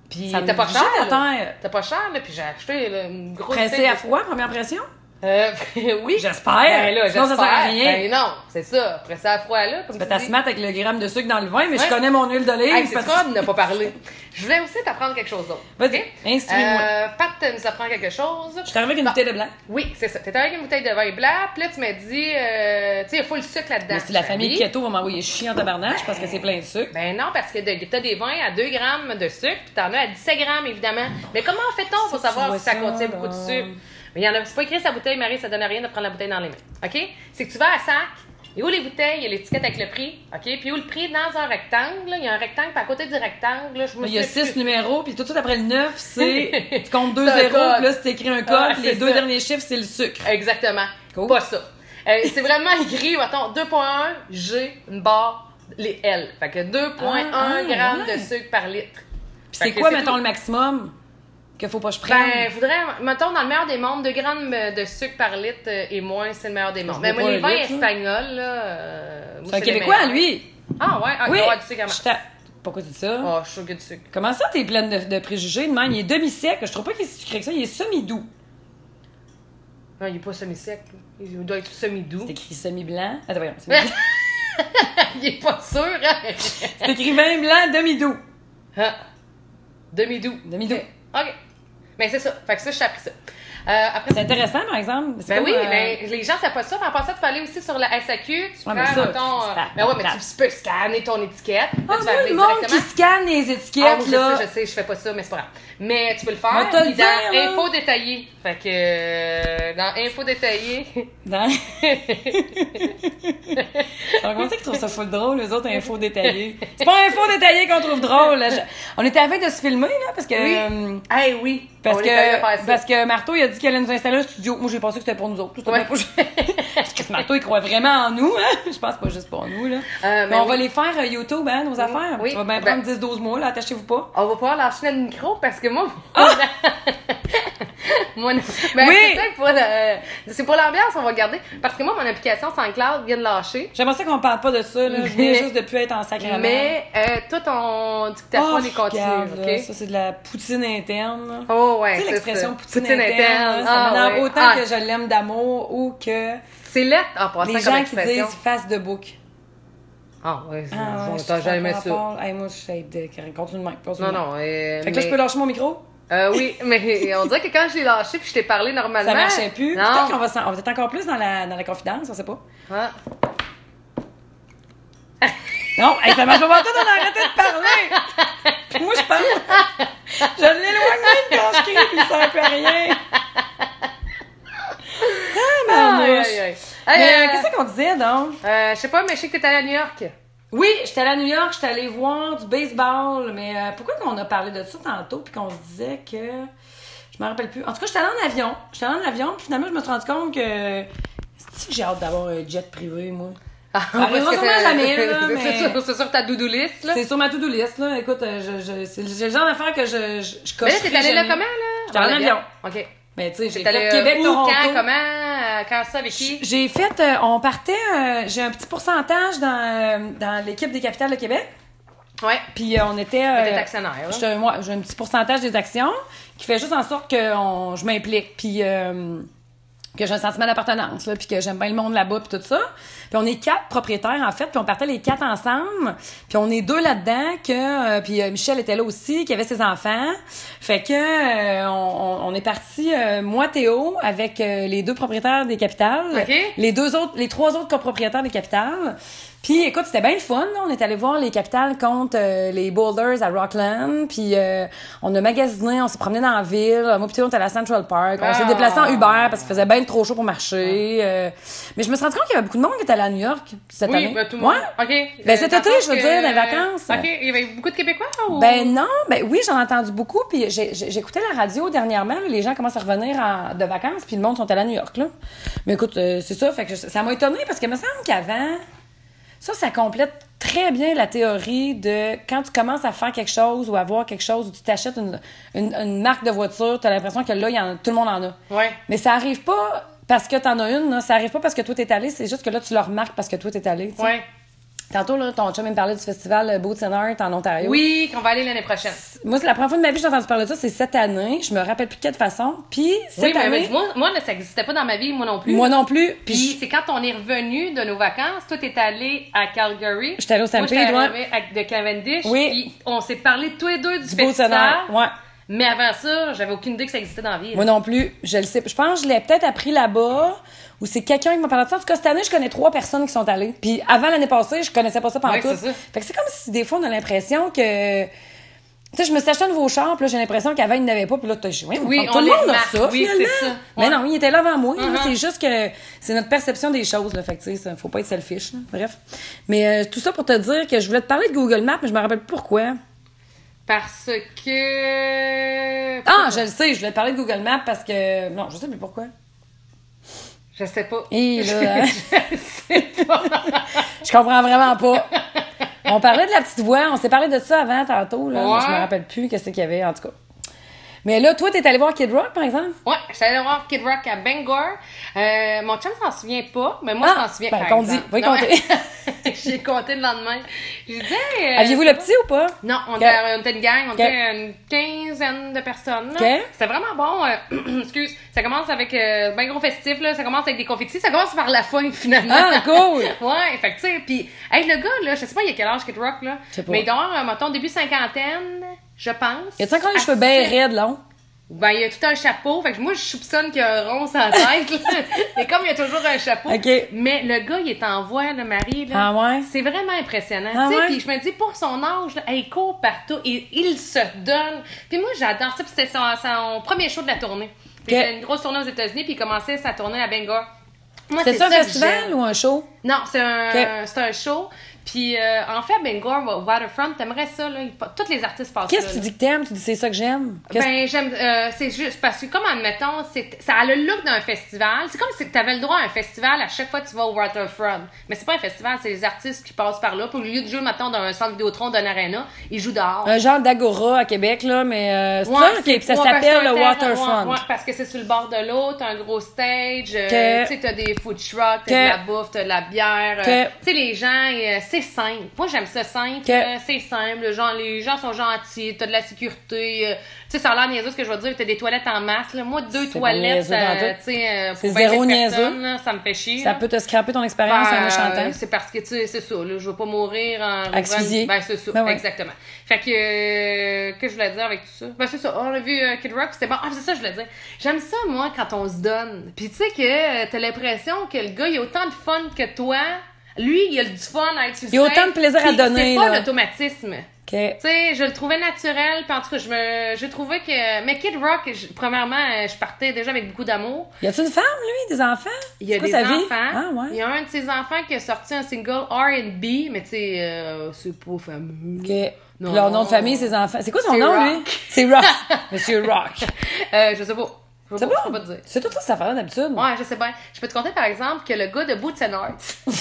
S1: Puis
S2: Ça me
S1: t'as pas
S2: jette
S1: cher,
S2: à
S1: là.
S2: terre.
S1: T'as pas cher, là, puis j'ai acheté là, une grosse...
S2: Pressé
S1: tête
S2: à
S1: de-
S2: froid, première pression?
S1: Euh, oui.
S2: J'espère.
S1: Ben là,
S2: Sinon, ça sert à
S1: j'espère.
S2: rien.
S1: Ben non, c'est ça. Pressé à froid, là, comme
S2: Ben,
S1: tu
S2: t'as
S1: dis.
S2: se mettre avec le gramme de sucre dans le vin, mais
S1: Ouais.
S2: je connais mon huile d'olive.
S1: Hey, c'est
S2: Pat-
S1: Fred n'a pas parlé. Je voulais aussi t'apprendre quelque chose d'autre.
S2: Vas-y,
S1: Ok?
S2: instruis-moi.
S1: Euh, Pat nous apprend quelque chose.
S2: Je suis arrivée avec une
S1: Bon.
S2: bouteille de blanc.
S1: Oui, c'est ça. T'étais avec une bouteille de vin blanc, puis là, tu m'as dit, euh, tu sais, il faut le sucre là-dedans.
S2: Mais si la famille
S1: Ben oui.
S2: keto va m'envoyer chier en tabarnage parce que c'est plein de sucre.
S1: Ben non, parce que de- t'as des vins à 2 grammes de sucre, puis t'en as à 17 grammes, évidemment. Mais comment fait-on pour
S2: tu
S1: savoir
S2: vois
S1: si ça
S2: ça,
S1: contient
S2: là.
S1: beaucoup de sucre? Mais il y en a, c'est pas écrit sa bouteille, Marie, ça donne rien de prendre la bouteille dans les mains. OK? C'est que tu vas à sac, et où les bouteilles, il y a l'étiquette avec le prix, OK? Puis où le prix dans un rectangle, là, il y a un rectangle, puis à côté du rectangle, là, je me
S2: Il y a
S1: souviens plus.
S2: six numéros, puis tout de suite après le 9, c'est. Tu comptes deux
S1: C'est un
S2: zéros,
S1: code.
S2: puis là, c'est écrit un code,
S1: Ah,
S2: puis les
S1: c'est
S2: deux
S1: ça.
S2: derniers chiffres, c'est le sucre.
S1: Exactement.
S2: Cool.
S1: Pas ça. Euh, c'est vraiment écrit, attends, 2.1 G, une barre, les L. Fait que 2.1
S2: Ah, ah,
S1: grammes
S2: ouais.
S1: de sucre par litre.
S2: Puis
S1: Fait
S2: c'est
S1: que
S2: quoi,
S1: c'est
S2: mettons,
S1: tout.
S2: le maximum qu'il faut pas que je prenne?
S1: Ben, faudrait, mettons, dans le meilleur des mondes, 2 grammes de sucre par litre euh, et moins, c'est le meilleur des mondes. Ben,
S2: Je
S1: Mais
S2: bois
S1: moi,
S2: pas
S1: les
S2: un
S1: vins
S2: litre, là.
S1: espagnols, là. euh, moi,
S2: c'est un
S1: les
S2: Québécois,
S1: meilleurs.
S2: lui.
S1: Ah, ouais, ah, il
S2: oui.
S1: doit y avoir du sucre à
S2: Je
S1: manger.
S2: t'a- Pourquoi tu dis ça?
S1: Oh, je suis sûr qu'il y a du sucre.
S2: Comment ça, t'es pleine de, de préjugés? de même? il est demi-sec. Je trouve pas qu'il est si sucré que ça. Il est semi-doux.
S1: Non, Ah, il est pas semi-sec. Il doit être semi-doux.
S2: C'est écrit semi-blanc. Attends, voyons. C'est
S1: il est pas sûr, hein?
S2: c'est écrit vin blanc, demi-doux.
S1: Ah. Demi-doux.
S2: Demi-doux.
S1: OK. OK. Mais c'est ça. Fait que ça, j'ai appris ça. Euh, après
S2: C'est intéressant, par exemple. C'est
S1: Ben oui,
S2: comme, euh,
S1: ben, les gens savent pas ça, mais en passant, tu peux aller aussi sur la SAQ, tu
S2: Ouais, mais
S1: prends,
S2: ça,
S1: mettons,
S2: c'est
S1: euh,
S2: pas-
S1: ben ouais, mais
S2: pas-
S1: tu, tu peux scanner ton étiquette.
S2: Ah,
S1: tu vas
S2: moi,
S1: appeler
S2: le monde qui
S1: directement.
S2: scanne les
S1: Ah,
S2: étiquettes,
S1: moi, je
S2: là.
S1: sais, je sais, je fais pas ça, mais c'est pas grave. Mais tu peux le
S2: Va
S1: faire.
S2: te le
S1: puis
S2: dire,
S1: dans
S2: là.
S1: info détaillée. Fait que euh, dans info détaillée.
S2: Non. Alors, comment ça qu'ils trouvent ça full drôle, les autres infos détaillées? C'est pas info détaillée qu'on trouve drôle. là. Je- On était à la fin de se filmer, là, parce que. euh,
S1: Eh oui.
S2: Parce
S1: on est allé faire
S2: que,
S1: ça.
S2: parce que Marteau, il a dit qu'elle allait nous installer un studio. Moi, j'ai pensé que c'était pour nous autres. C'était
S1: Ouais.
S2: pas pour- Parce que Marteau, il croit vraiment en nous. Hein? Je pense pas juste pour nous. Là.
S1: Euh,
S2: Mais
S1: mais
S2: on
S1: oui.
S2: va les faire euh, YouTube, hein, nos affaires.
S1: oui.
S2: Ça va bien
S1: Ben-
S2: prendre 10-12 mois. là. Attachez-vous pas.
S1: On va pouvoir lâcher le micro parce que moi. mon... Ben,
S2: Ah! Oui.
S1: c'est peut-être pour le- C'est pour l'ambiance, on va garder. Parce que moi, mon application SoundCloud vient de lâcher.
S2: J'aimerais ça qu'on parle pas de ça. Là. Je voulais juste de plus être en sacrement.
S1: Mais euh, toi, ton
S2: Oh,
S1: dictaphone est
S2: regarde,
S1: continu,
S2: là,
S1: ok?
S2: Ça, c'est de la poutine interne. là.
S1: Oh ouais,
S2: tu sais
S1: c'est
S2: l'expression
S1: ça.
S2: poutine, interne, là,
S1: Ah,
S2: ça m'énerve
S1: ouais.
S2: autant
S1: Ah,
S2: que je l'aime d'amour ou que
S1: C'est lettre en passant
S2: les
S1: comme
S2: gens qui
S1: expression.
S2: disent face de bouc.
S1: Ah ouais,
S2: Ah,
S1: bon,
S2: ouais,
S1: t'as
S2: je
S1: jamais
S2: comprends
S1: ça.
S2: pas. Hey, moi, je suis de Continue de même.
S1: Non,
S2: continue de même.
S1: non. euh,
S2: Fait que
S1: mais-
S2: là, je peux lâcher mon micro?
S1: Euh, oui, mais on dirait que quand je l'ai lâché puis je t'ai parlé normalement.
S2: Ça marchait plus.
S1: Non.
S2: Peut-être qu'on va, s'en- on va être encore plus dans la, dans la confidence, on sait pas.
S1: Ah.
S2: Non, hey, ça marche pas partout, on a arrêté de parler! Puis moi, je parle. je l'éloigne même quand je crie, puis ça sert plus à rien. Ah,
S1: Aïe,
S2: marmouche.
S1: aïe, aïe.
S2: Mais
S1: Aïe,
S2: euh,
S1: euh,
S2: qu'est-ce qu'on disait, donc?
S1: euh, je sais pas, mais je sais que t'es allé à New York.
S2: Oui, j'étais allée à New York, j'étais allée voir du baseball, mais euh, pourquoi qu'on a parlé de ça tantôt puis qu'on se disait que je me rappelle plus. En tout cas, j'étais allée en avion, j'étais allée en avion puis finalement je me suis rendu compte que c'est que j'ai hâte d'avoir un jet privé moi.
S1: Ah,
S2: parce que ça-
S1: C'est
S2: c'est
S1: sur,
S2: sur-
S1: ta doudou list, là.
S2: C'est sur ma to-do list là. Écoute, euh, je, je- c'est le- c'est le genre d'affaire que je je, je
S1: Mais là,
S2: cocherais
S1: t'es allé là
S2: jamais.
S1: comment, là?
S2: J'étais allée en avion.
S1: OK.
S2: Mais tu sais, j'ai
S1: T'es allé
S2: fait Québec
S1: où,
S2: Toronto.
S1: quand, comment, euh, quand ça, avec qui?
S2: J'ai fait, euh, on partait, euh, j'ai un petit pourcentage dans, euh, dans l'équipe des capitales de Québec.
S1: Ouais.
S2: Puis euh, on était. euh,
S1: T'étais actionnaire, là.
S2: J'étais- moi, J'ai un petit pourcentage des actions qui fait juste en sorte que on- je m'implique, puis euh, que j'ai un sentiment d'appartenance, là, puis que j'aime bien le monde là-bas, puis tout ça. Puis on est quatre propriétaires, en fait, puis on partait les quatre ensemble, puis on est deux là-dedans, que euh, puis euh, Michel était là aussi, qui avait ses enfants. Fait que euh, on- on, on est parti, euh, moi, Théo, avec euh, les deux propriétaires des capitales,
S1: OK.
S2: les deux autres, les trois autres copropriétaires des capitales. Puis écoute, c'était bien le fun. là. On est allé voir les capitales contre euh, les Boulders à Rockland. Puis euh, on a magasiné, on s'est promené dans la ville. Moi, puis Théo, on est allé à Central Park. On s'est
S1: Ah.
S2: déplacé en Uber parce qu'il faisait bien trop chaud pour marcher. Euh, mais je me suis rendu compte qu'il y avait beaucoup de monde qui était allé à New York cette année.
S1: Oui, ben, tout le monde.
S2: Ouais.
S1: OK.
S2: Ben,
S1: Euh,
S2: cet
S1: dans le
S2: été,
S1: sens
S2: je veux
S1: que-
S2: dire, dans les vacances.
S1: OK. Il y avait beaucoup de Québécois ou?
S2: Ben non, ben oui, j'en ai entendu beaucoup. Puis j'ai- j'ai- j'écoutais la radio dernièrement. là, les gens commencent à revenir en- de vacances, puis le monde sont allés à New York. Là. Mais écoute, euh, c'est ça. Fait que je- ça m'a étonné parce que me semble qu'avant, ça, ça complète très bien la théorie de quand tu commences à faire quelque chose ou à voir quelque chose ou tu t'achètes une, une- une marque de voiture, tu as l'impression que là, il y en a- tout le monde en a.
S1: Ouais.
S2: Mais ça arrive pas parce que t'en as une, là. ça arrive pas parce que toi t'es allé, c'est juste que là tu le remarques parce que toi t'es allé. tu sais.
S1: Ouais.
S2: Tantôt là, ton chum il me parlait du festival Boots and Art en Ontario.
S1: Oui, qu'on va aller l'année prochaine.
S2: Moi, c'est la première fois de ma vie que j'ai entendu parler de ça, c'est cette année. Je me rappelle plus de quelle façon. Puis,
S1: Oui,
S2: cette
S1: mais- mais
S2: année,
S1: moi, Mm. moi, là, ça n'existait pas dans ma vie, moi non plus.
S2: moi non plus.
S1: Puis
S2: Puis,
S1: c'est quand on est revenu de nos vacances, toi t'es allé à Calgary.
S2: J'étais allée au
S1: Moi,
S2: Stampede,
S1: j'étais
S2: ouais.
S1: arrivée à- de Cavendish.
S2: Oui.
S1: Puis on s'est parlé tous les deux du,
S2: je- beau
S1: festival.
S2: teneur. Ouais.
S1: Mais avant ça, j'avais aucune idée que ça existait dans la vie.
S2: Moi non plus. Je le sais. Je pense que je l'ai peut-être appris là-bas. Ou c'est quelqu'un qui m'a parlé de ça. En tout cas, cette année, je connais trois personnes qui sont allées. Puis avant l'année passée, je connaissais pas ça pendant
S1: Ouais,
S2: tout.
S1: c'est ça.
S2: Fait que c'est comme si des fois, on a l'impression que. Tu sais, je me suis acheté un nouveau char, puis là, j'ai l'impression qu'avant, il n'avait pas, puis là, t'as dit, oui,
S1: Oui,
S2: tout
S1: on
S2: le
S1: les
S2: monde a
S1: remarque.
S2: ça,
S1: Oui,
S2: finalement.
S1: c'est ça. Ouais.
S2: Mais non, il était là avant moi. là.
S1: Uh-huh.
S2: C'est juste que c'est notre perception des choses, là. Fait que, tu sais, ça, faut pas être selfish, là. Bref. Mais euh, tout ça pour te dire que je voulais te parler de Google Maps, mais je me rappelle plus pourquoi.
S1: Parce que.
S2: Ah, je le sais, je voulais te parler de Google Maps parce que. Non, je sais plus pourquoi.
S1: Je sais pas.
S2: Et là, hein.
S1: je sais pas.
S2: Je comprends vraiment pas. On parlait de la petite voix, on s'est parlé de ça avant tantôt, là,
S1: Ouais.
S2: mais je me rappelle plus qu'est-ce qu'il y avait, en tout cas. Mais là, toi, t'es allé voir Kid Rock, par exemple?
S1: Ouais, j'étais allée voir Kid Rock à Bangor. Euh, mon chum s'en souvient pas, mais moi
S2: Ah,
S1: je m'en souviens
S2: ben,
S1: par
S2: qu'on dit.
S1: exemple.
S2: Oui,
S1: Non,
S2: comptez.
S1: mais- J'ai compté le lendemain. J'ai dit. hey, euh,
S2: Aviez-vous le petit ou pas?
S1: Non, on,
S2: Ok.
S1: était, on était une gang, on
S2: Ok.
S1: était une quinzaine de personnes. là.
S2: Ok.
S1: C'était vraiment bon. euh, excuse, ça commence avec euh, ben gros festif, là. ça commence avec des confettis, ça commence par la fin finalement.
S2: Ah, cool!
S1: ouais, fait que tu sais, puis hey, le gars, là, je sais pas il a quel âge Kid Rock, là,
S2: Je sais pas.
S1: mais il doit avoir, euh, mettons, début cinquantaine, je pense.
S2: Y a-tu encore les
S1: À
S2: cheveux bien
S1: sept-
S2: raides, longs?
S1: Ben, il a tout un chapeau, fait que moi, je soupçonne qu'il a un rond sans tête, là. mais comme il a toujours un chapeau,
S2: Ok.
S1: mais le gars, il est en voie, le mari, là.
S2: Ah ouais?
S1: C'est vraiment impressionnant.
S2: Ah
S1: tu sais,
S2: ouais?
S1: Puis je me dis, pour son âge, là, il court partout et il se donne. Puis moi, j'adore ça. Puis c'était son, son premier show de la tournée. Puis
S2: Ok.
S1: c'était une grosse tournée aux États-Unis, puis il commençait sa tournée à Bangor. Moi,
S2: C'est ça un
S1: que
S2: festival
S1: j'aime. Ah,
S2: ou un show?
S1: Non, c'est un,
S2: Ok.
S1: c'est un show. Puis euh, en fait, à Bangor, Waterfront, t'aimerais ça, là. il- Tous les artistes passent là,
S2: Qu'est-ce que tu
S1: là.
S2: dis que t'aimes? Tu dis c'est ça que j'aime? Qu'est-ce-
S1: Ben, j'aime. euh, c'est juste parce que, comme admettons, c'est, ça a le look d'un festival. C'est comme si tu avais le droit à un festival à chaque fois que tu vas au Waterfront. Mais c'est pas un festival, c'est les artistes qui passent par là. Puis au lieu de jouer, mettons, dans un centre Vidéotron, d'un arena, ils jouent dehors.
S2: Un genre d'agora à Québec, là, mais euh, c'est
S1: Ouais,
S2: ça? Ok,
S1: c'est-
S2: puis ça
S1: ouais, parce
S2: s'appelle
S1: que
S2: le
S1: c'est un terrain-
S2: Waterfront.
S1: ouais, ouais, parce que c'est sur le bord de l'eau, t'as un gros stage, euh,
S2: Que-
S1: tu sais, t'as des food trucks, t'as
S2: Que-
S1: de la bouffe, t'as de la bière. euh,
S2: Que-
S1: tu sais, les gens, euh, c'est simple. Moi, j'aime ça simple.
S2: Que-
S1: euh, c'est simple. Genre, les gens sont gentils, t'as de la sécurité. euh, tu sais, ça a l'air niaiseux ce que je veux dire, t'as des toilettes en masse. Là. Moi, deux
S2: C'est pas
S1: toilettes,
S2: niaiseux
S1: euh,
S2: dans tout.
S1: tu sais, euh, pour
S2: C'est
S1: 20
S2: zéro
S1: personnes,
S2: niaiseux.
S1: là, ça me fait chier.
S2: Ça
S1: là.
S2: peut te scraper ton expérience
S1: Ben,
S2: en
S1: euh,
S2: échantant.
S1: C'est parce que, tu sais, c'est ça, là, je veux pas mourir en...
S2: Asphyxié.
S1: Ben, c'est ça,
S2: Ben ouais.
S1: exactement. Fait que, euh, que je voulais dire avec tout ça? Ben, c'est ça, on a vu euh, Kid Rock, c'était bon. Ah, c'est ça, je voulais dire. J'aime ça, moi, quand on se donne. Puis tu sais que euh, t'as l'impression que le gars, il a autant de fun que toi. Lui, il a du fun à être sur
S2: Il a
S1: scène,
S2: autant de plaisir à
S1: puis
S2: donner,
S1: C'est pas
S2: là.
S1: l'automatisme. Tu
S2: OK.
S1: sais, je le trouvais naturel, puis en tout cas, je me, je trouvais que, mais Kid Rock, je- premièrement, euh, je partais déjà avec beaucoup d'amour.
S2: Y a-tu une femme, lui, des enfants?
S1: Il y a
S2: C'est quoi
S1: des
S2: sa
S1: enfants.
S2: vie? Ah, ouais.
S1: Il y a un de ses enfants qui a sorti un single R&B, mais tu sais, euh, c'est pas fameux.
S2: OK. Puis
S1: Non.
S2: Leur nom de famille, ses enfants. C'est quoi son
S1: C'est
S2: nom,
S1: Rock.
S2: lui? C'est Rock. Monsieur Rock.
S1: Euh, je sais pas. Je sais
S2: C'est
S1: pas, je peux
S2: bon?
S1: pas te dire.
S2: C'est tout ça, cette affaire-là, d'habitude.
S1: Ouais, je sais bien. Je peux te conter, par exemple, que le gars de Boots and Arts.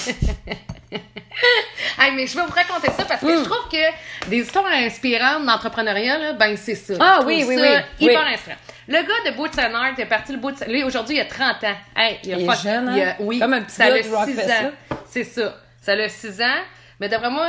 S1: hey, mais je vais vous raconter ça parce que
S2: Mm.
S1: je trouve que des histoires inspirantes d'entrepreneuriat, là, ben, c'est ça.
S2: Ah
S1: Je
S2: oui,
S1: trouve
S2: oui,
S1: ça
S2: oui,
S1: Hyper
S2: oui.
S1: inspirant. Le gars de Boots and Arts est parti le Boots Lui, aujourd'hui, il a 30 ans. Hey, il, a
S2: Il est
S1: fuck-
S2: jeune, hein?
S1: il a- Oui.
S2: Comme un petit
S1: ça
S2: gars
S1: a
S2: du
S1: six
S2: Rockfest,
S1: ans. C'est ça. Ça a 6 ans. Mais d'après moi,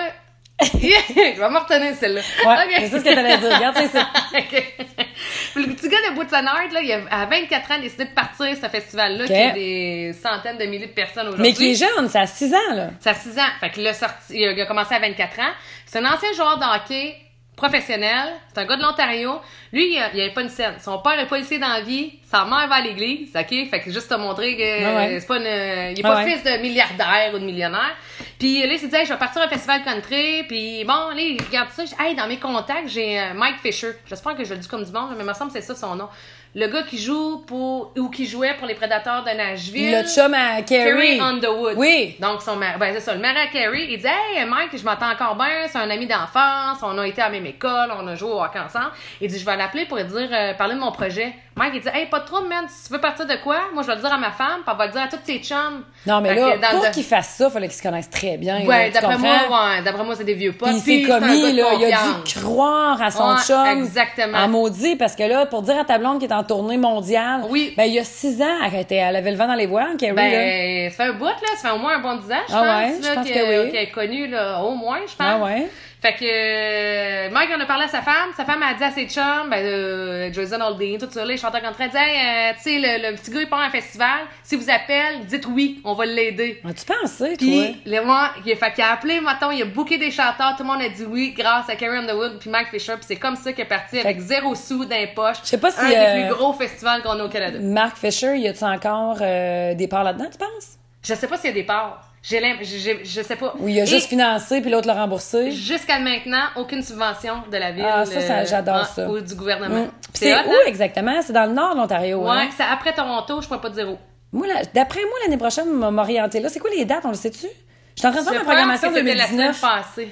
S1: je vais m'en retenir celle-là.
S2: Ouais,
S1: Ok.
S2: c'est ça ce que t'allais dire. Regarde, tu sais, c'est-
S1: Ok. le petit gars de Boots and Heart, là, il a, à 24 ans, décidé de partir à ce festival-là, qui a des centaines de milliers de personnes aujourd'hui.
S2: Mais qui est jeune, ça a 6 ans, là.
S1: Ça a 6 ans. Fait que là, sorti, il a il a commencé à 24 ans. C'est un ancien joueur de hockey professionnel. C'est un gars de l'Ontario. Lui, il n'y avait pas une scène. Son père est policier dans la vie. Sa mère va à l'église. OK? Fait que juste te montrer que
S2: Ah ouais.
S1: c'est pas une, il est
S2: Ah
S1: pas
S2: ouais.
S1: fils de milliardaire ou de millionnaire. Puis là, il s'est dit, Hey, je vais partir à un festival country. Puis bon, là, il regarde ça. Je dis, Hey, dans mes contacts, j'ai euh, Mike Fisher. J'espère que je le dis comme du monde, là, mais il me semble que c'est ça son nom. Le gars qui joue pour, ou qui jouait pour les prédateurs de Nashville.
S2: Le chum à Carrie.
S1: Carrie Underwood.
S2: Oui.
S1: Donc, son mari, ben, c'est ça, le mari à Carrie, il dit, hey, Mike, je m'entends encore bien, c'est un ami d'enfance, on a été à la même école, on a joué au hockey ensemble. Il dit, je vais l'appeler pour lui dire, euh, parler de mon projet. Mike, il dit, hey, pas de trouble, man, si tu veux partir de quoi, moi, je vais le dire à ma femme, puis elle va le dire à tous ses chums.
S2: Non, mais
S1: Fait
S2: là,
S1: que dans
S2: pour
S1: le-
S2: qu'il fasse ça, il fallait qu'ils se connaissent très bien. là,
S1: Ouais,
S2: tu
S1: d'après
S2: comprends?
S1: moi, ouais, d'après moi, c'est des vieux potes.
S2: Puis il s'est
S1: c'est un gars
S2: commis,
S1: de
S2: là. Il a
S1: confiance.
S2: dû croire à son
S1: Ouais,
S2: chum.
S1: exactement.
S2: En maudit, parce que là, pour dire à ta blonde qui est en tournée mondiale.
S1: Oui.
S2: Ben, il y a six ans, elle, était, elle avait le vent dans les voiles, Carrie, là.
S1: Ben, ça fait un bout, là. Ça fait au moins un bon 10 ans, je
S2: Ah
S1: pense,
S2: ouais,
S1: là,
S2: je pense
S1: que-
S2: que oui.
S1: qu'elle est connue, là, au moins, je pense.
S2: Ah ouais.
S1: Fait que euh, Mike en a parlé à sa femme. Sa femme a dit à ses chums, ben, euh, Jason Aldean, tout ça, là, les chanteurs contrats, elle dit, Hey, euh, tu sais, le, le petit gars, il part à un festival. Si vous appelle, dites oui, on va l'aider.
S2: As-tu pensé, toi?
S1: Puis, le moi, il a, fait qu'il a appelé, mettons, il a booké des chanteurs, tout le monde a dit oui, grâce à Carrie Underwood puis Mike Fisher, puis c'est comme ça qu'il est parti avec
S2: que-
S1: zéro sou dans les poches.
S2: Je sais pas si,
S1: Un des
S2: euh,
S1: plus gros festivals qu'on a au Canada.
S2: Mark Fisher, y a-tu encore euh, des parts là-dedans, tu penses?
S1: Je sais pas s'il y a des parts. J'ai l'im- j'ai- j'ai- je sais pas.
S2: Ou il a
S1: Et
S2: juste financé, puis l'autre l'a remboursé?
S1: Jusqu'à maintenant, aucune subvention de la ville.
S2: Ah, ça, ça,
S1: euh,
S2: j'adore
S1: ah,
S2: ça.
S1: Ou du gouvernement.
S2: Mm. Puis C'est
S1: hot,
S2: où
S1: hein?
S2: exactement? C'est dans le nord de l'Ontario. hein?
S1: Ouais, c'est après Toronto, je pourrais pas te dire où.
S2: Moi, là, d'après moi, l'année prochaine, on va m'orienter là. C'est quoi les dates? On le sait-tu? Je suis en train de faire
S1: Je
S2: ma
S1: pense
S2: programmation
S1: que c'était la semaine
S2: 2019.
S1: passée.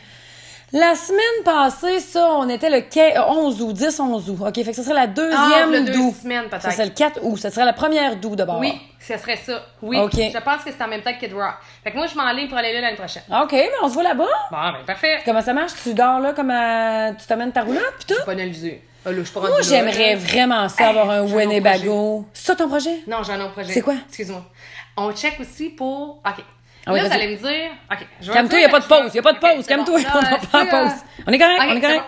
S2: La semaine passée, ça, on était le quai- euh, 11 août, 10, 11 août. OK, fait que ce serait la
S1: Ah,
S2: deuxième
S1: le deux
S2: d'août.
S1: semaines, peut-être.
S2: Ça serait le 4 août. Ça serait la première d'août d'abord.
S1: Oui, ce serait ça. Oui,
S2: Ah. Ok.
S1: je pense que c'est en même temps que Kid Rock. Fait que moi, je m'en ligne pour aller là l'année prochaine.
S2: OK, mais on se voit là-bas.
S1: Bon, ben parfait.
S2: Comment ça marche? Tu dors là comme à... Tu t'amènes ta roulotte pis tout?
S1: Pas analysé. Ah, là, je suis pas
S2: Moi,
S1: rendue là,
S2: j'aimerais
S1: là.
S2: vraiment ça, avoir un
S1: j'ai mon
S2: Winnebago. C'est ça ton projet?
S1: Non, j'ai un autre projet.
S2: C'est quoi?
S1: Excuse-moi. On check aussi pour. OK.
S2: Ah oui,
S1: là, vous
S2: vas-y.
S1: allez me dire. OK. je vais
S2: Calme-toi,
S1: dire-
S2: y a pas de
S1: je vais-
S2: pause, y a pas de
S1: Ok,
S2: pause,
S1: c'est bon.
S2: calme-toi,
S1: Non,
S2: on va
S1: c'est euh,
S2: pas en
S1: ça.
S2: pause. On est correct,
S1: Ok,
S2: on est
S1: c'est
S2: correct.
S1: bon.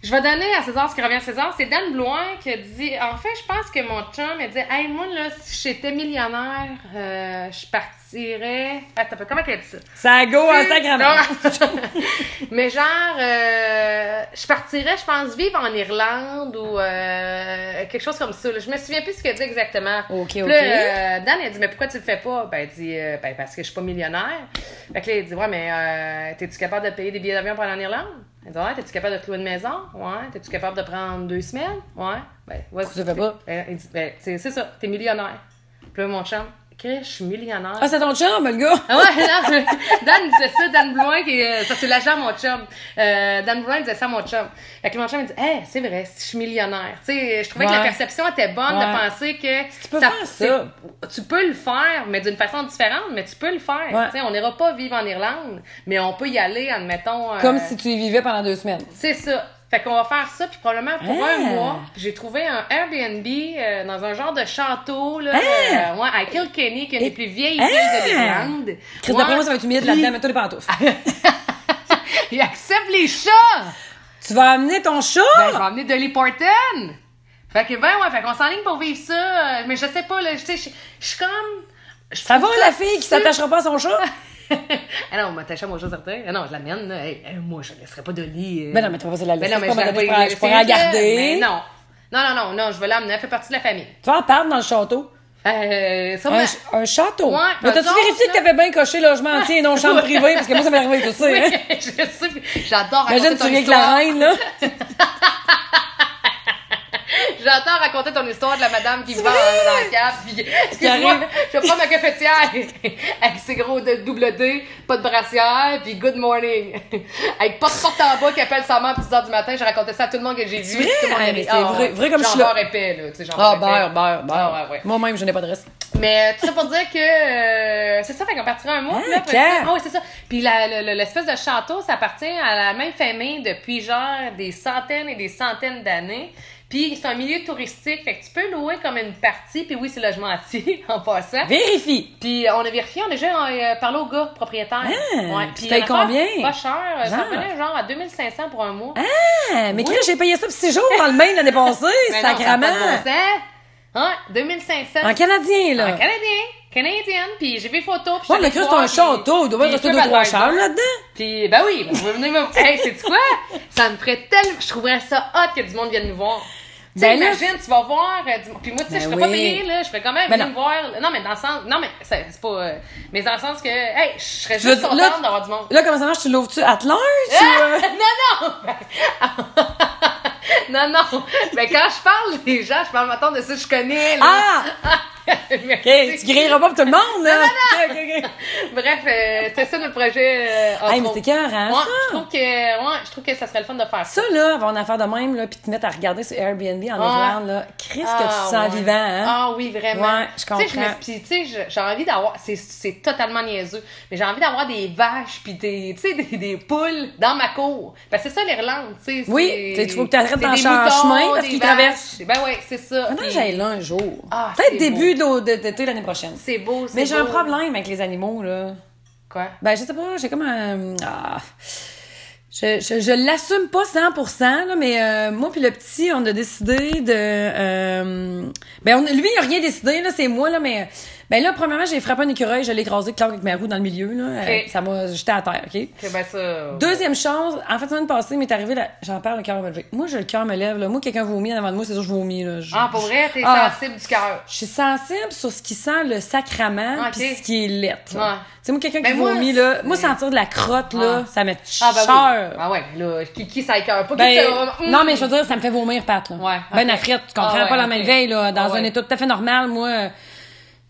S1: Je vais donner à César ce qui revient à César. C'est Dan Bloin qui a dit. En fait, je pense que mon chum a dit Hey, moi, là, si j'étais millionnaire, euh, je partirais. Attends, un peu, comment qu'elle a dit ça
S2: Ça go en sacrament.
S1: Non. Ah. Mais genre, euh, je partirais, je pense, vivre en Irlande ou euh, quelque chose comme ça. là. Je me souviens plus ce qu'elle dit exactement.
S2: Ok,
S1: Puis
S2: ok.
S1: là, euh, Dan, elle dit, mais pourquoi tu le fais pas? Ben, elle dit, euh, ben, parce que je suis pas millionnaire. Fait que là, il dit, ouais, mais euh, t'es-tu capable de payer des billets d'avion pour aller en Irlande? Elle dit, ouais, t'es-tu capable de trouver une maison? Ouais. T'es-tu capable de prendre deux semaines? Ouais. Ben, ouais.
S2: Pourquoi tu le fais pas?
S1: Ben, il dit, ben, c'est c'est ça, t'es millionnaire. Puis là, mon chum, Chris, je suis millionnaire.
S2: Ah, c'est ton chum, le gars?
S1: Ah ouais, non, Dan disait ça, Dan Blouin, qui est, euh, parce que c'est l'agent à mon chum. Euh, Dan Blouin disait ça à mon chum. Fait que mon chum il dit, hey, c'est vrai, si je suis millionnaire. Tu sais, je trouvais que la
S2: Ouais.
S1: perception était bonne
S2: Ouais.
S1: de penser que. Tu
S2: peux faire ça.
S1: Tu peux le faire, mais d'une façon différente, mais tu peux le faire.
S2: Ouais.
S1: Tu sais, on n'ira pas vivre en Irlande, mais on peut y aller, admettons. euh,
S2: Comme si tu y vivais pendant deux semaines.
S1: c'est ça. Fait qu'on va faire ça, puis probablement pour
S2: Ah.
S1: un mois, j'ai trouvé un Airbnb euh, dans un genre de château, là,
S2: Ah.
S1: euh, ouais, à Kilkenny, qui est une des plus vieilles
S2: Ah.
S1: villes de l'Irlande.
S2: Chris,
S1: Ouais.
S2: d'après moi, ça va être humide là-dedans, mets-toi les pantoufles.
S1: Il accepte les chats!
S2: tu vas amener ton chat?
S1: Ben, je vais emmener Dolly Parton! Fait que ben ouais, fait qu'on s'enligne pour vivre ça. euh, Mais je sais pas, là, je sais, je je suis comme... je
S2: ça va,
S1: trouve
S2: la fille qui
S1: super-
S2: s'attachera pas à son chat?
S1: ah non, m'attache à mon chat certain. Ah non, je l'amène, là. Hey, hey, moi, je laisserai pas Dolly. euh.
S2: Ben non, mais tu vas pas la
S1: Ben
S2: laisser,
S1: non, mais
S2: c'est pas
S1: je vais
S2: ma-
S1: pas
S2: je
S1: y
S2: pourrais- je
S1: laisser,
S2: pourrais la
S1: là,
S2: garder.
S1: mais non. Non, non, non, non, je vais l'amener, elle fait partie de la famille.
S2: Tu vas en parler dans le château.
S1: Euh, ça,
S2: Un,
S1: ben,
S2: ch- un château.
S1: Ouais,
S2: mais t'as-tu
S1: eux autres,
S2: vérifié
S1: là-
S2: que t'avais bien coché logement entier et non chambre privée? Parce que moi, ça m'est arrivé, tu sais. hein?
S1: oui, je sais. puis J'adore raconter
S2: Imagine, tu
S1: ton
S2: viens avec la
S1: histoire.
S2: reine, là.
S1: J'adore raconter ton histoire de la madame qui me vend dans le cap. Puis, excuse-moi,
S2: arrive.
S1: je vais prendre ma cafetière avec ses gros de- double D, pas de brassière, puis good morning. Avec porte-porte en bas qui appelle sa mère à 10h du matin. Je racontais ça à tout le monde que j'ai vu.
S2: vrai?
S1: Tout le monde
S2: Ah,
S1: avait-
S2: mais c'est
S1: Ah,
S2: vrai-
S1: ouais.
S2: vrai comme je suis
S1: Genre
S2: là.
S1: beurre épais, là. tu sais, genre
S2: Ah,
S1: beurre épais.
S2: beurre, beurre,
S1: Ah,
S2: beurre.
S1: ouais, ouais.
S2: Moi-même, je n'ai pas de reste.
S1: Mais tout ça pour dire que euh, c'est ça, fait qu'on partira un mot.
S2: Ah,
S1: là, parce
S2: clair.
S1: que- Ah oui, c'est ça. Puis la- le- le- l'espèce de château, ça appartient à la même famille depuis genre des centaines et des centaines d'années. Puis c'est un milieu touristique, fait que tu peux louer comme une partie. Puis oui, c'est logement entier en passant.
S2: Vérifie.
S1: Puis on a vérifié, on a déjà euh, parlé au gars propriétaire.
S2: puis
S1: Puis
S2: Ah, tu payes
S1: une affaire
S2: combien?
S1: Pas cher. Ça
S2: Genre?
S1: revenait genre à 2500 pour un mois.
S2: Ah, mais Chris, j'ai payé ça pour six jours dans le Maine l'année passée.
S1: Mais non, ça a
S2: Sacrament.
S1: pas de bon sens. Hein? 2500.
S2: En canadien, là.
S1: En canadien, canadienne, puis j'ai vu photo. Puis
S2: Ouais, mais
S1: j'étais
S2: Chris,
S1: allée
S2: c'est un
S1: voir, puis-
S2: château. Il doit bien
S1: puis
S2: rester
S1: Trip
S2: deux, trois
S1: Advisor.
S2: chambres là-dedans.
S1: Puis, ben oui, vous pouvez venir me. Hey, c'est quoi? Ça me ferait tellement. Je trouverais ça hot que du monde vienne nous voir. Tu sais,
S2: Ben là,
S1: imagine, tu vas voir. euh, du- Puis moi, tu sais,
S2: Ben
S1: je serais pas
S2: oui.
S1: payée, là. Je ferais quand même
S2: Ben
S1: venir
S2: non.
S1: me voir. Non, mais dans le sens. Non, mais c'est c'est pas. euh, Mais dans le sens que. Hey, je serais
S2: Tu veux
S1: juste
S2: dire,
S1: contente
S2: là,
S1: d'avoir du monde.
S2: Là, comment ça marche? Tu l'ouvres-tu à l'heure?
S1: Ah!
S2: Tu, euh,
S1: Non, non! non, non! Mais quand je parle des gens, je parle maintenant de ceux que je connais, là.
S2: Ah!
S1: Merci.
S2: OK, tu grilleras pas pour tout le monde, là. OK, OK, OK.
S1: Bref, euh, c'est ça notre projet. euh, entre
S2: Hey, mais
S1: autres.
S2: c'est cœur, hein,
S1: Ouais,
S2: ça?
S1: je trouve que ouais, je trouve que ça serait le fun de faire ça.
S2: Ça, là, avoir une affaire de même, là, puis te mettre à regarder sur Airbnb en Irlande, là, Chris, que tu te sens
S1: Ah, ouais.
S2: vivant, hein?
S1: Ah oui, vraiment.
S2: Ouais, je comprends.
S1: Tu sais, me- puis, tu sais, je- j'ai envie d'avoir c'est c'est totalement niaiseux, mais j'ai envie d'avoir des vaches puis des tu sais des, des poules dans ma cour. Parce que c'est ça l'Irlande, tu sais.
S2: Oui,
S1: c'est-
S2: tu sais, faut que t'arrêtes
S1: c'est
S2: dans
S1: des
S2: le champ-
S1: moutons,
S2: chemin parce
S1: des
S2: qu'ils
S1: vaches.
S2: traversent. Ah
S1: Ben ouais, c'est ça.
S2: Pendant
S1: Puis
S2: que j'aille là un jour.
S1: Ah, c'est
S2: Peut-être début d'au- de- d'été l'année prochaine.
S1: C'est beau, c'est
S2: Mais j'ai un
S1: beau.
S2: problème avec les animaux, là.
S1: Quoi
S2: Ben, je sais pas, j'ai comme un. ah. Je, je, je l'assume pas 100%, là, mais euh, moi puis le petit, on a décidé de... euh, ben, on, lui, il a rien décidé, là, c'est moi, là, mais... euh, Ben là, premièrement, j'ai frappé un écureuil, je l'ai écrasé, clac, avec ma roue dans le milieu, là.
S1: Ok.
S2: Euh, ça m'a... J'étais à terre, OK?
S1: Que ben ça.
S2: Deuxième chose, en fait, la semaine passée, il m'est arrivé, là, j'en parle, le cœur me levé. Moi, je, le cœur me lève, là. Moi, quelqu'un vomit en avant de moi, c'est sûr que je vomis, là. Je-
S1: Ah, pour vrai, t'es
S2: Ah.
S1: sensible du cœur.
S2: je suis sensible sur ce qui sent le sacrament
S1: Ah, Ok.
S2: puis ce qui est lettre.
S1: Ouais.
S2: Tu sais, moi, quelqu'un
S1: Ben
S2: qui
S1: moi,
S2: vomit, là, moi, sentir de la crotte, là,
S1: Ouais.
S2: ça me
S1: Ah, ben oui.
S2: cheur.
S1: Ah ouais, là, qui, qui ça Hum. écoeure pas?
S2: Ben,
S1: qui te-
S2: non, mais je veux dire, ça me fait vomir, Pat, là.
S1: Ouais,
S2: Ben,
S1: ok.
S2: la frite, tu comprends
S1: Ah, ouais,
S2: pas la
S1: ok.
S2: même veille, là, dans
S1: Ah,
S2: un
S1: ouais.
S2: état tout à fait normal, moi... euh,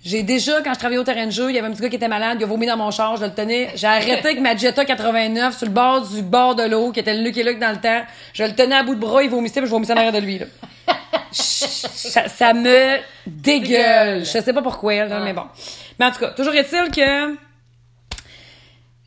S2: J'ai déjà, quand je travaillais au terrain de jeu, il y avait un petit gars qui était malade, il a vomi dans mon char, je le tenais. J'ai arrêté avec ma Jetta 89 sur le bord du bord de l'eau, qui était le Lucky Luke dans le temps. Je le tenais à bout de bras, il vomissait, puis je vomissais en arrière de lui, là. ça, ça me dégueule.
S1: Dégueule.
S2: Je sais pas pourquoi,
S1: Ah.
S2: là, mais bon. Mais en tout cas, toujours est-il que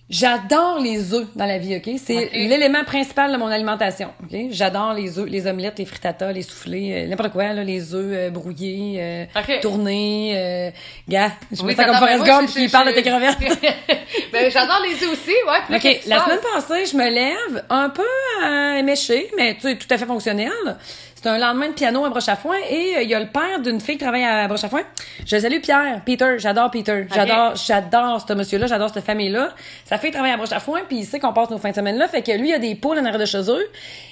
S2: j'adore les œufs dans la vie, OK? C'est
S1: Ok.
S2: l'élément principal de mon alimentation, OK? J'adore les œufs, les omelettes, les frittatas, les soufflés, euh, n'importe quoi, là, les œufs euh, brouillés, euh,
S1: Ok.
S2: tournés. euh, gars, je me
S1: Oui,
S2: sens comme
S1: t'entends, ben
S2: Forrest
S1: moi,
S2: Gump
S1: je-
S2: qui
S1: je-
S2: parle de
S1: je-
S2: tes crevettes.
S1: ben, j'adore les œufs aussi, ouais. puis là,
S2: OK,
S1: qu'est-ce qui
S2: la
S1: se
S2: semaine
S1: passe?
S2: passée, je me lève un peu euh, éméchée, mais tu sais, tout à fait fonctionnelle. C'est un lendemain de piano à broche à foin et euh, il y a le père d'une fille qui travaille à broche à foin. Je salue Pierre, Peter, j'adore Peter. J'adore, j'adore ce monsieur-là, j'adore cette famille-là. Sa fille travaille à broche à foin puis il sait qu'on passe nos fins de semaine-là. Fait que lui, il a des poules en arrière de chez eux.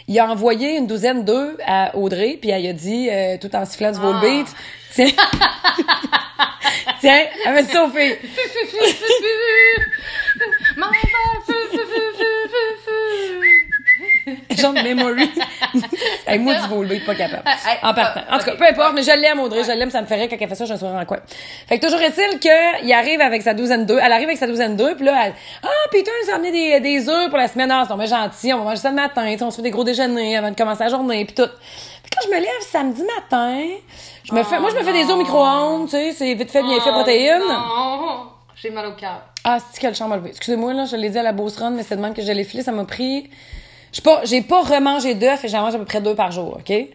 S2: Il a envoyé une douzaine d'œufs à Audrey puis elle a dit, euh, tout en sifflant du Volbeat,
S1: Ah!
S2: tiens, tiens, amène ça aux filles.
S1: Mon père, fou, fou, fou, fou, fou, fou.
S2: Genre de memory. hey, moi, du Volbeat, pas capable.
S1: Hey,
S2: En partant. En tout cas, peu importe, mais je l'aime, Audrey, je l'aime, ça me ferait quand elle fait ça, je me souviens en quoi. Fait que toujours est-il qu'il arrive avec sa douzaine d'œufs. Elle arrive avec sa douzaine d'œufs, puis là, elle, ah, Peter nous a amené des, des œufs pour la semaine. Ah, c'est donc bien gentil, on va manger ça le matin, tu sais, on se fait des gros déjeuners avant de commencer la journée, puis tout. Puis quand je me lève samedi matin, je me fais, moi, je me fais des œufs au micro-ondes, tu sais, c'est vite fait, bien fait, protéines.
S1: Oh Non, Oh, j'ai mal au cœur.
S2: Ah, c'est qu'elle chambre à lever. Excusez-moi, là, je l'ai dit à la Beauce Run, mais c'est de même que je l'ai filé. Ça m'a pris. J'ai pas, j'ai pas remangé d'œufs et j'en mange à peu près deux par jour, OK?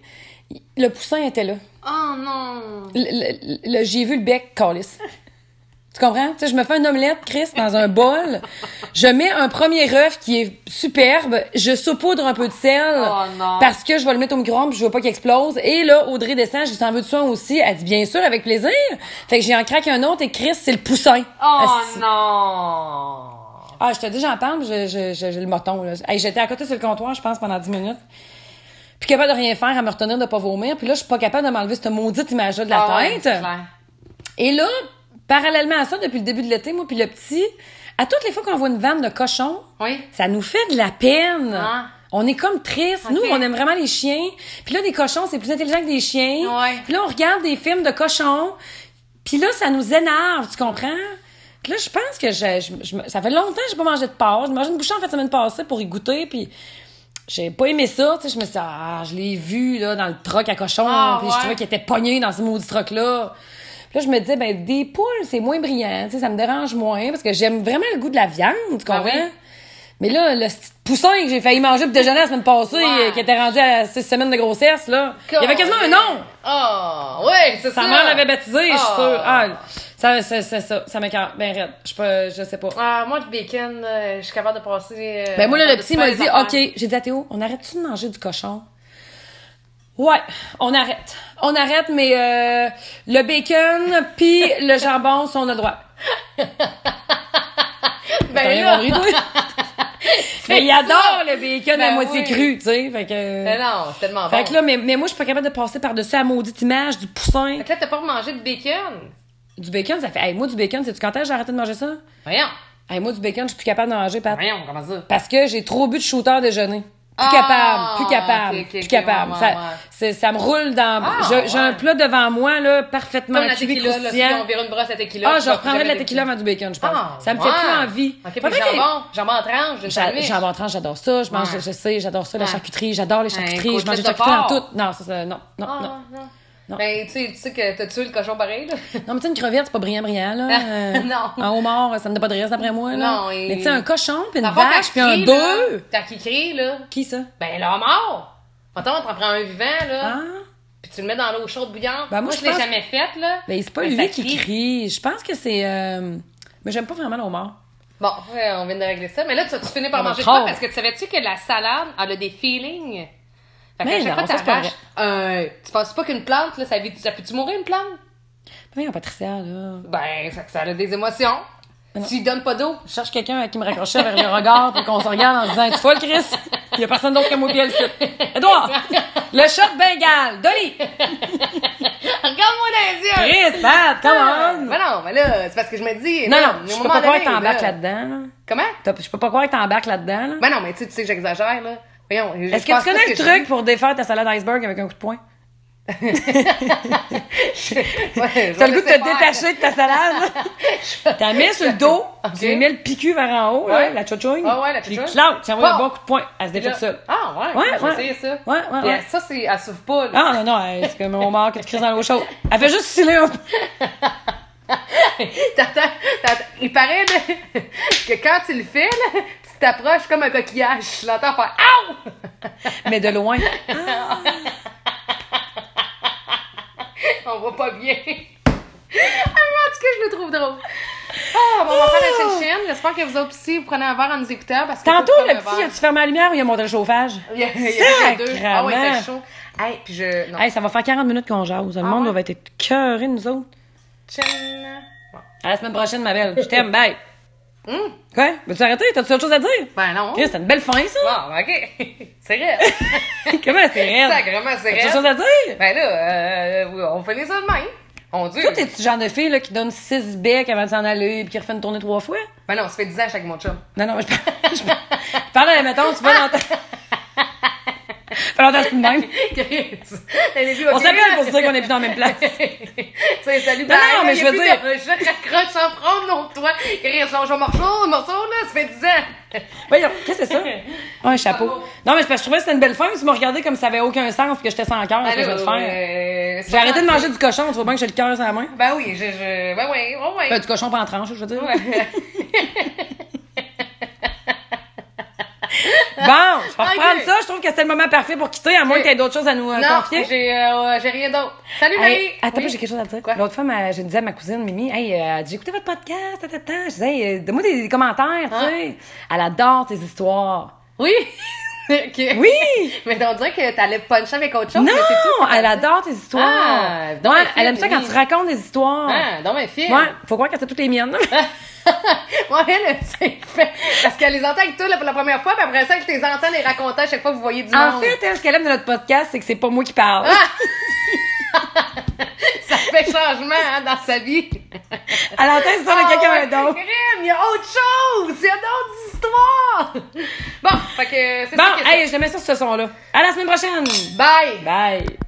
S2: Le poussin était là.
S1: Oh non.
S2: Le- le- le- j'ai vu le bec calice. Tu comprends? Tu sais, je me fais une omelette, Chris, dans un bol. Je mets un premier œuf qui est superbe. Je saupoudre un peu de sel.
S1: Oh non.
S2: Parce que je vais le mettre au micro-ondes puis je veux pas qu'il explose. Et là, Audrey descend, j'ai t'en veux de soin aussi. Elle dit bien sûr, avec plaisir. Fait que j'ai en craque un autre et Chris, c'est le poussin.
S1: Oh
S2: Asti.
S1: non.
S2: Ah, je te dis, j'en parle, mais je- je- je- j'ai le moton. là. Hey, J'étais à côté sur le comptoir, je pense, pendant 10 minutes. Puis capable de rien faire, à me retenir de pas vomir. Puis là, je suis pas capable de m'enlever cette maudite image-là de la
S1: Ah ouais,
S2: tête.
S1: c'est clair.
S2: Et là, parallèlement à ça, depuis le début de l'été, moi puis le petit, à toutes les fois qu'on voit une vanne de cochon,
S1: Oui.
S2: ça nous fait de la peine.
S1: Ah.
S2: On est comme triste. Nous,
S1: Ok.
S2: on aime vraiment les chiens. Puis là, des cochons, c'est plus intelligent que des chiens.
S1: Ouais.
S2: Puis là, on regarde des films de cochons. Puis là, ça nous énerve, tu comprends? Puis là, je pense que je, je- je me- ça fait longtemps que j'ai pas mangé de porc. J'ai mangé une bouchée en fait semaine passée pour y goûter. Puis j'ai pas aimé ça. Tu sais, je me suis dit, ah, je l'ai vu là, dans le troc à cochons.
S1: Ah,
S2: puis
S1: ouais.
S2: je trouvais qu'il était pogné dans ce maudit troc-là. Puis là, je me disais, ben, des poules, c'est moins brillant. Tu sais, ça me dérange moins parce que j'aime vraiment le goût de la viande, tu
S1: Ah
S2: comprends?
S1: oui.
S2: Mais là, le petit poussin que j'ai failli manger pour déjeuner la semaine passée,
S1: Ouais.
S2: euh, qui était rendu à six semaines de grossesse, là. Il y avait quasiment un nom!
S1: Oh, ouais, c'est ça.
S2: Sa mère l'avait baptisé, je suis
S1: Ah.
S2: sûre. Ah, ça, ça, ça, ça, ça m'écoeure. Ben, raide. Je, peux, je sais pas.
S1: Ah, moi, le bacon, euh, je suis capable de passer. euh,
S2: Ben, moi, là,
S1: de
S2: le petit
S1: faire
S2: m'a
S1: les
S2: dit,
S1: affaires.
S2: OK, j'ai dit à Théo, on arrête-tu de manger du cochon? Ouais, on arrête. On arrête, mais euh, le bacon puis le jambon, ça, on a le droit. T'as
S1: Ben,
S2: rien
S1: là.
S2: compris, toi? mais il adore le bacon à
S1: Ben
S2: moitié
S1: oui.
S2: cru, tu sais. Fait que...
S1: Ben non, c'est tellement
S2: Fait
S1: bon.
S2: que là, mais, mais moi, je suis pas capable de passer par-dessus la maudite image du poussin.
S1: Fait que là, t'as pas mangé de bacon.
S2: Du bacon, ça fait. Hey, moi, du bacon, sais-tu quand est-ce que j'ai arrêté de manger ça?
S1: Voyons.
S2: Hey, moi, du bacon, je suis plus capable d'en manger, Pat.
S1: Voyons, comment ça?
S2: Parce que j'ai trop bu de shooter déjeuner. Plus
S1: Ah,
S2: capable, plus capable,
S1: ok, ok,
S2: plus
S1: ok,
S2: capable.
S1: ouais,
S2: ça,
S1: ouais.
S2: c'est- ça me roule dans.
S1: Ah,
S2: je- j'ai un
S1: ouais.
S2: plat devant moi, là, parfaitement
S1: Comme la
S2: cuit,
S1: tequila, là, si
S2: croustillant.
S1: on vire une brosse à tequila.
S2: Ah,
S1: tu
S2: je
S1: vas plus
S2: reprendrais de la
S1: jamais
S2: tequila avant du bacon, je pense.
S1: Ah,
S2: ça me
S1: ouais.
S2: fait plus envie.
S1: Ok,
S2: Faudrait
S1: puis
S2: que-
S1: jambon, jambon en tranche, le
S2: J'a-
S1: sandwich.
S2: Jambon tranche, j'adore ça. Je mange,
S1: Ouais.
S2: je sais, j'adore ça, la
S1: Ouais.
S2: charcuterie. J'adore les charcuteries. je
S1: côtelette
S2: mange des
S1: de
S2: charcuteries dans
S1: porc.
S2: tout. Non, ça, ça, non, non,
S1: Ah,
S2: non.
S1: non.
S2: Non.
S1: Ben, tu sais, tu sais que t'as tué le cochon pareil, là.
S2: Non, mais tu sais, une crevette, c'est pas brillant, brillant, là. Euh,
S1: Non.
S2: Un homard, ça me donne pas de rire, d'après moi, là.
S1: Non, et-
S2: Mais tu sais, un cochon, puis une
S1: Dans le fond, quand
S2: vache,
S1: tu
S2: puis un
S1: cries, là,
S2: bœuf.
S1: Quand qui crie, là,
S2: Qui, ça?
S1: ben, l'homme mort. Attends, t'en prends un vivant, là,
S2: Ah?
S1: puis tu le mets dans l'eau chaude bouillante.
S2: Ben, moi, je
S1: je l'ai
S2: pense-
S1: jamais faite, là.
S2: Ben, c'est pas
S1: Mais
S2: lui
S1: ça
S2: qui crie. Je pense que c'est... euh, Mais j'aime pas vraiment l'homard.
S1: Bon, ouais, on vient de régler ça. Mais là, tu, tu finis par
S2: Dans
S1: manger
S2: le
S1: quoi?
S2: corps.
S1: Parce que tu savais-tu que la salade, elle a des feelings? Fait
S2: Mais
S1: qu'à chaque
S2: non,
S1: fois
S2: ça, c'est
S1: que
S2: pas
S1: t'arraches, euh, tu penses pas qu'une plante, là, ça, vit- ça peut-tu mourir une plante?
S2: Voyons, Patricia, là.
S1: Ben, ça, ça a des émotions.
S2: non.
S1: Tu lui donnes pas d'eau.
S2: Je cherche quelqu'un à qui me raccrocher vers le regard pour qu'on se regarde en disant Tu vois le Chris Il y a personne d'autre que moi qui le site. Edouard Le chat de Bengale Dolly
S1: Regarde-moi dans les yeux!
S2: Chris, Pat, come on
S1: Ben non, mais là, c'est parce que je me dis.
S2: Non,
S1: là,
S2: non,
S1: au
S2: je peux
S1: moment
S2: pas croire
S1: donné,
S2: que t'embarques
S1: là-
S2: là-dedans. là.
S1: Comment?
S2: T'as- Je peux pas croire que t'embarques là-dedans. là.
S1: Ben non, mais tu sais, tu sais que j'exagère, là. Voyons, je-
S2: Est-ce
S1: je
S2: que
S1: pense
S2: tu
S1: pas
S2: connais
S1: ce
S2: le
S1: que je-
S2: truc pour défaire ta salade iceberg avec un coup de poing?
S1: Ouais, je
S2: T'as
S1: vais
S2: le goût de
S1: laisser
S2: te
S1: faire.
S2: détacher de ta salade? là? T'as mis sur le dos, tu lui mets le picu vers en haut, là,
S1: Ouais.
S2: la chouchouine.
S1: Ah ouais, la
S2: Puis
S1: chouchouine.
S2: clac, tu envoies un
S1: Bon.
S2: bon coup de poing. Elle se défait
S1: Là-
S2: seule.
S1: Ah, ouais,
S2: Ouais,
S1: ouais,
S2: ouais.
S1: essayer ça.
S2: Ouais, ouais,
S1: Puis,
S2: ouais.
S1: Ça, c'est, elle s'ouvre pas, là.
S2: Ah non, non, elle- c'est comme mon mort que tu crises dans l'eau chaude. Elle fait juste sciller un peu. Ah.
S1: T'attends, t'attends. Il paraît là, que quand tu le fais, là, tu t'approches comme un coquillage. Je l'entends faire Ah! Aouh!
S2: mais de loin.
S1: On voit pas bien. Ah, mais en tout cas, je le trouve drôle. Ah, bon, on va faire la chaîne. J'espère que vous autres aussi, vous prenez un verre en nous écoutant. Parce que
S2: Oh! Tantôt,
S1: faut prendre
S2: le
S1: un
S2: petit,
S1: verre.
S2: as-tu fermé la lumière ou il a monté le chauffage?
S1: Il y a, il y a les deux. Ah, ouais,
S2: Sacrement.
S1: c'est chaud. Hey, puis je. Non.
S2: Hey, ça va faire 40 minutes qu'on jase. Le monde
S1: Ah ouais?
S2: va être cœuré, nous autres.
S1: Chaîne. Bon.
S2: À la semaine prochaine, ma belle. Je t'aime, bye.
S1: Hum.
S2: Quoi? Veux-tu arrêter? T'as-tu autre chose à dire?
S1: Ben non.
S2: Chris, t'as une belle fin, ça.
S1: Bon, ok. C'est vrai.
S2: Comment c'est raide?
S1: Sacrément, c'est
S2: T'as-tu autre chose
S1: vrai.
S2: à dire?
S1: Ben là, euh, oui, on fait les autres mains. On dit.
S2: Toi, t'es-tu le genre de fille là, qui donne 6 becs avant de s'en aller puis qui refait une tournée trois fois?
S1: Ben non, ça fait 10 ans que je suis avec mon chum.
S2: Non, non, mais je parle. Je parle- je parle à la mettons, tu vas dans ta. Fait longtemps que c'est le même. On s'appelle pour se dire qu'on est plus dans la même place.
S1: sais, salut,
S2: Non, non,
S1: bye,
S2: mais
S1: y
S2: je
S1: a
S2: veux
S1: plus
S2: dire-
S1: de- Je vais te raccrocher sans prendre, non, toi. Chris, on joue au morceau, le morceau, là, ça fait 10 ans.
S2: Ah, Voyons, qu'est-ce que c'est ça? Ah, un chapeau.
S1: Bravo.
S2: Non, mais c'est parce que je trouvais que c'était une belle fin, mais tu m'as regardé comme ça avait aucun sens puis que j'étais sans cœur, ce que je vais te faire.
S1: euh,
S2: J'ai arrêté de manger du cochon, tu vois bien que j'ai le cœur sur la main.
S1: Ben oui, je. je... Ben oui, oh oui.
S2: Euh, du cochon pas en tranche, je veux dire.
S1: Ouais.
S2: Bon, je vais reprendre
S1: Ok.
S2: ça, je trouve que c'était le moment parfait pour quitter, à moins
S1: Ok.
S2: que tu aies d'autres choses à nous euh,
S1: non,
S2: confier.
S1: j'ai euh, j'ai rien d'autre. Salut,
S2: Hey,
S1: Marie.
S2: attends,
S1: Oui?
S2: j'ai quelque chose à te dire.
S1: Quoi?
S2: L'autre fois, ma- je disais à ma cousine Mimi, hey, euh, j'ai écouté votre podcast, tata, tata. je disais, hey, euh, donne-moi des, des commentaires, tu
S1: Ah.
S2: sais. Elle adore tes histoires.
S1: Oui. Ok.
S2: Oui!
S1: Mais on dirait que t'allais puncher avec autre chose.
S2: non!
S1: mais c'est tout, c'est
S2: elle
S1: pas-
S2: adore tes histoires.
S1: Ah, donc
S2: Ouais,
S1: elle
S2: elle aime
S1: filme,
S2: ça quand
S1: oui.
S2: tu racontes des histoires.
S1: Ah, dans mes films.
S2: Ouais, faut croire que c'est toutes les miennes.
S1: ouais, elle, c'est fait. Parce qu'elle les entend avec toi là, pour la première fois, puis après ça, elle te les entend les raconter à chaque fois que vous voyez du
S2: en
S1: monde. Ah!
S2: fait, elle, ce qu'elle aime de notre podcast, c'est que c'est pas moi qui parle.
S1: ça fait fait changement hein, dans sa vie.
S2: À l'antenne, c'est
S1: Ah,
S2: de quelqu'un d'autre.
S1: Il y a autre chose! Il y a d'autres histoires! Bon, fait que c'est
S2: Bon,
S1: ça qui est ça.
S2: hey, je le mets sur ce son-là. À la semaine prochaine!
S1: Bye!
S2: Bye!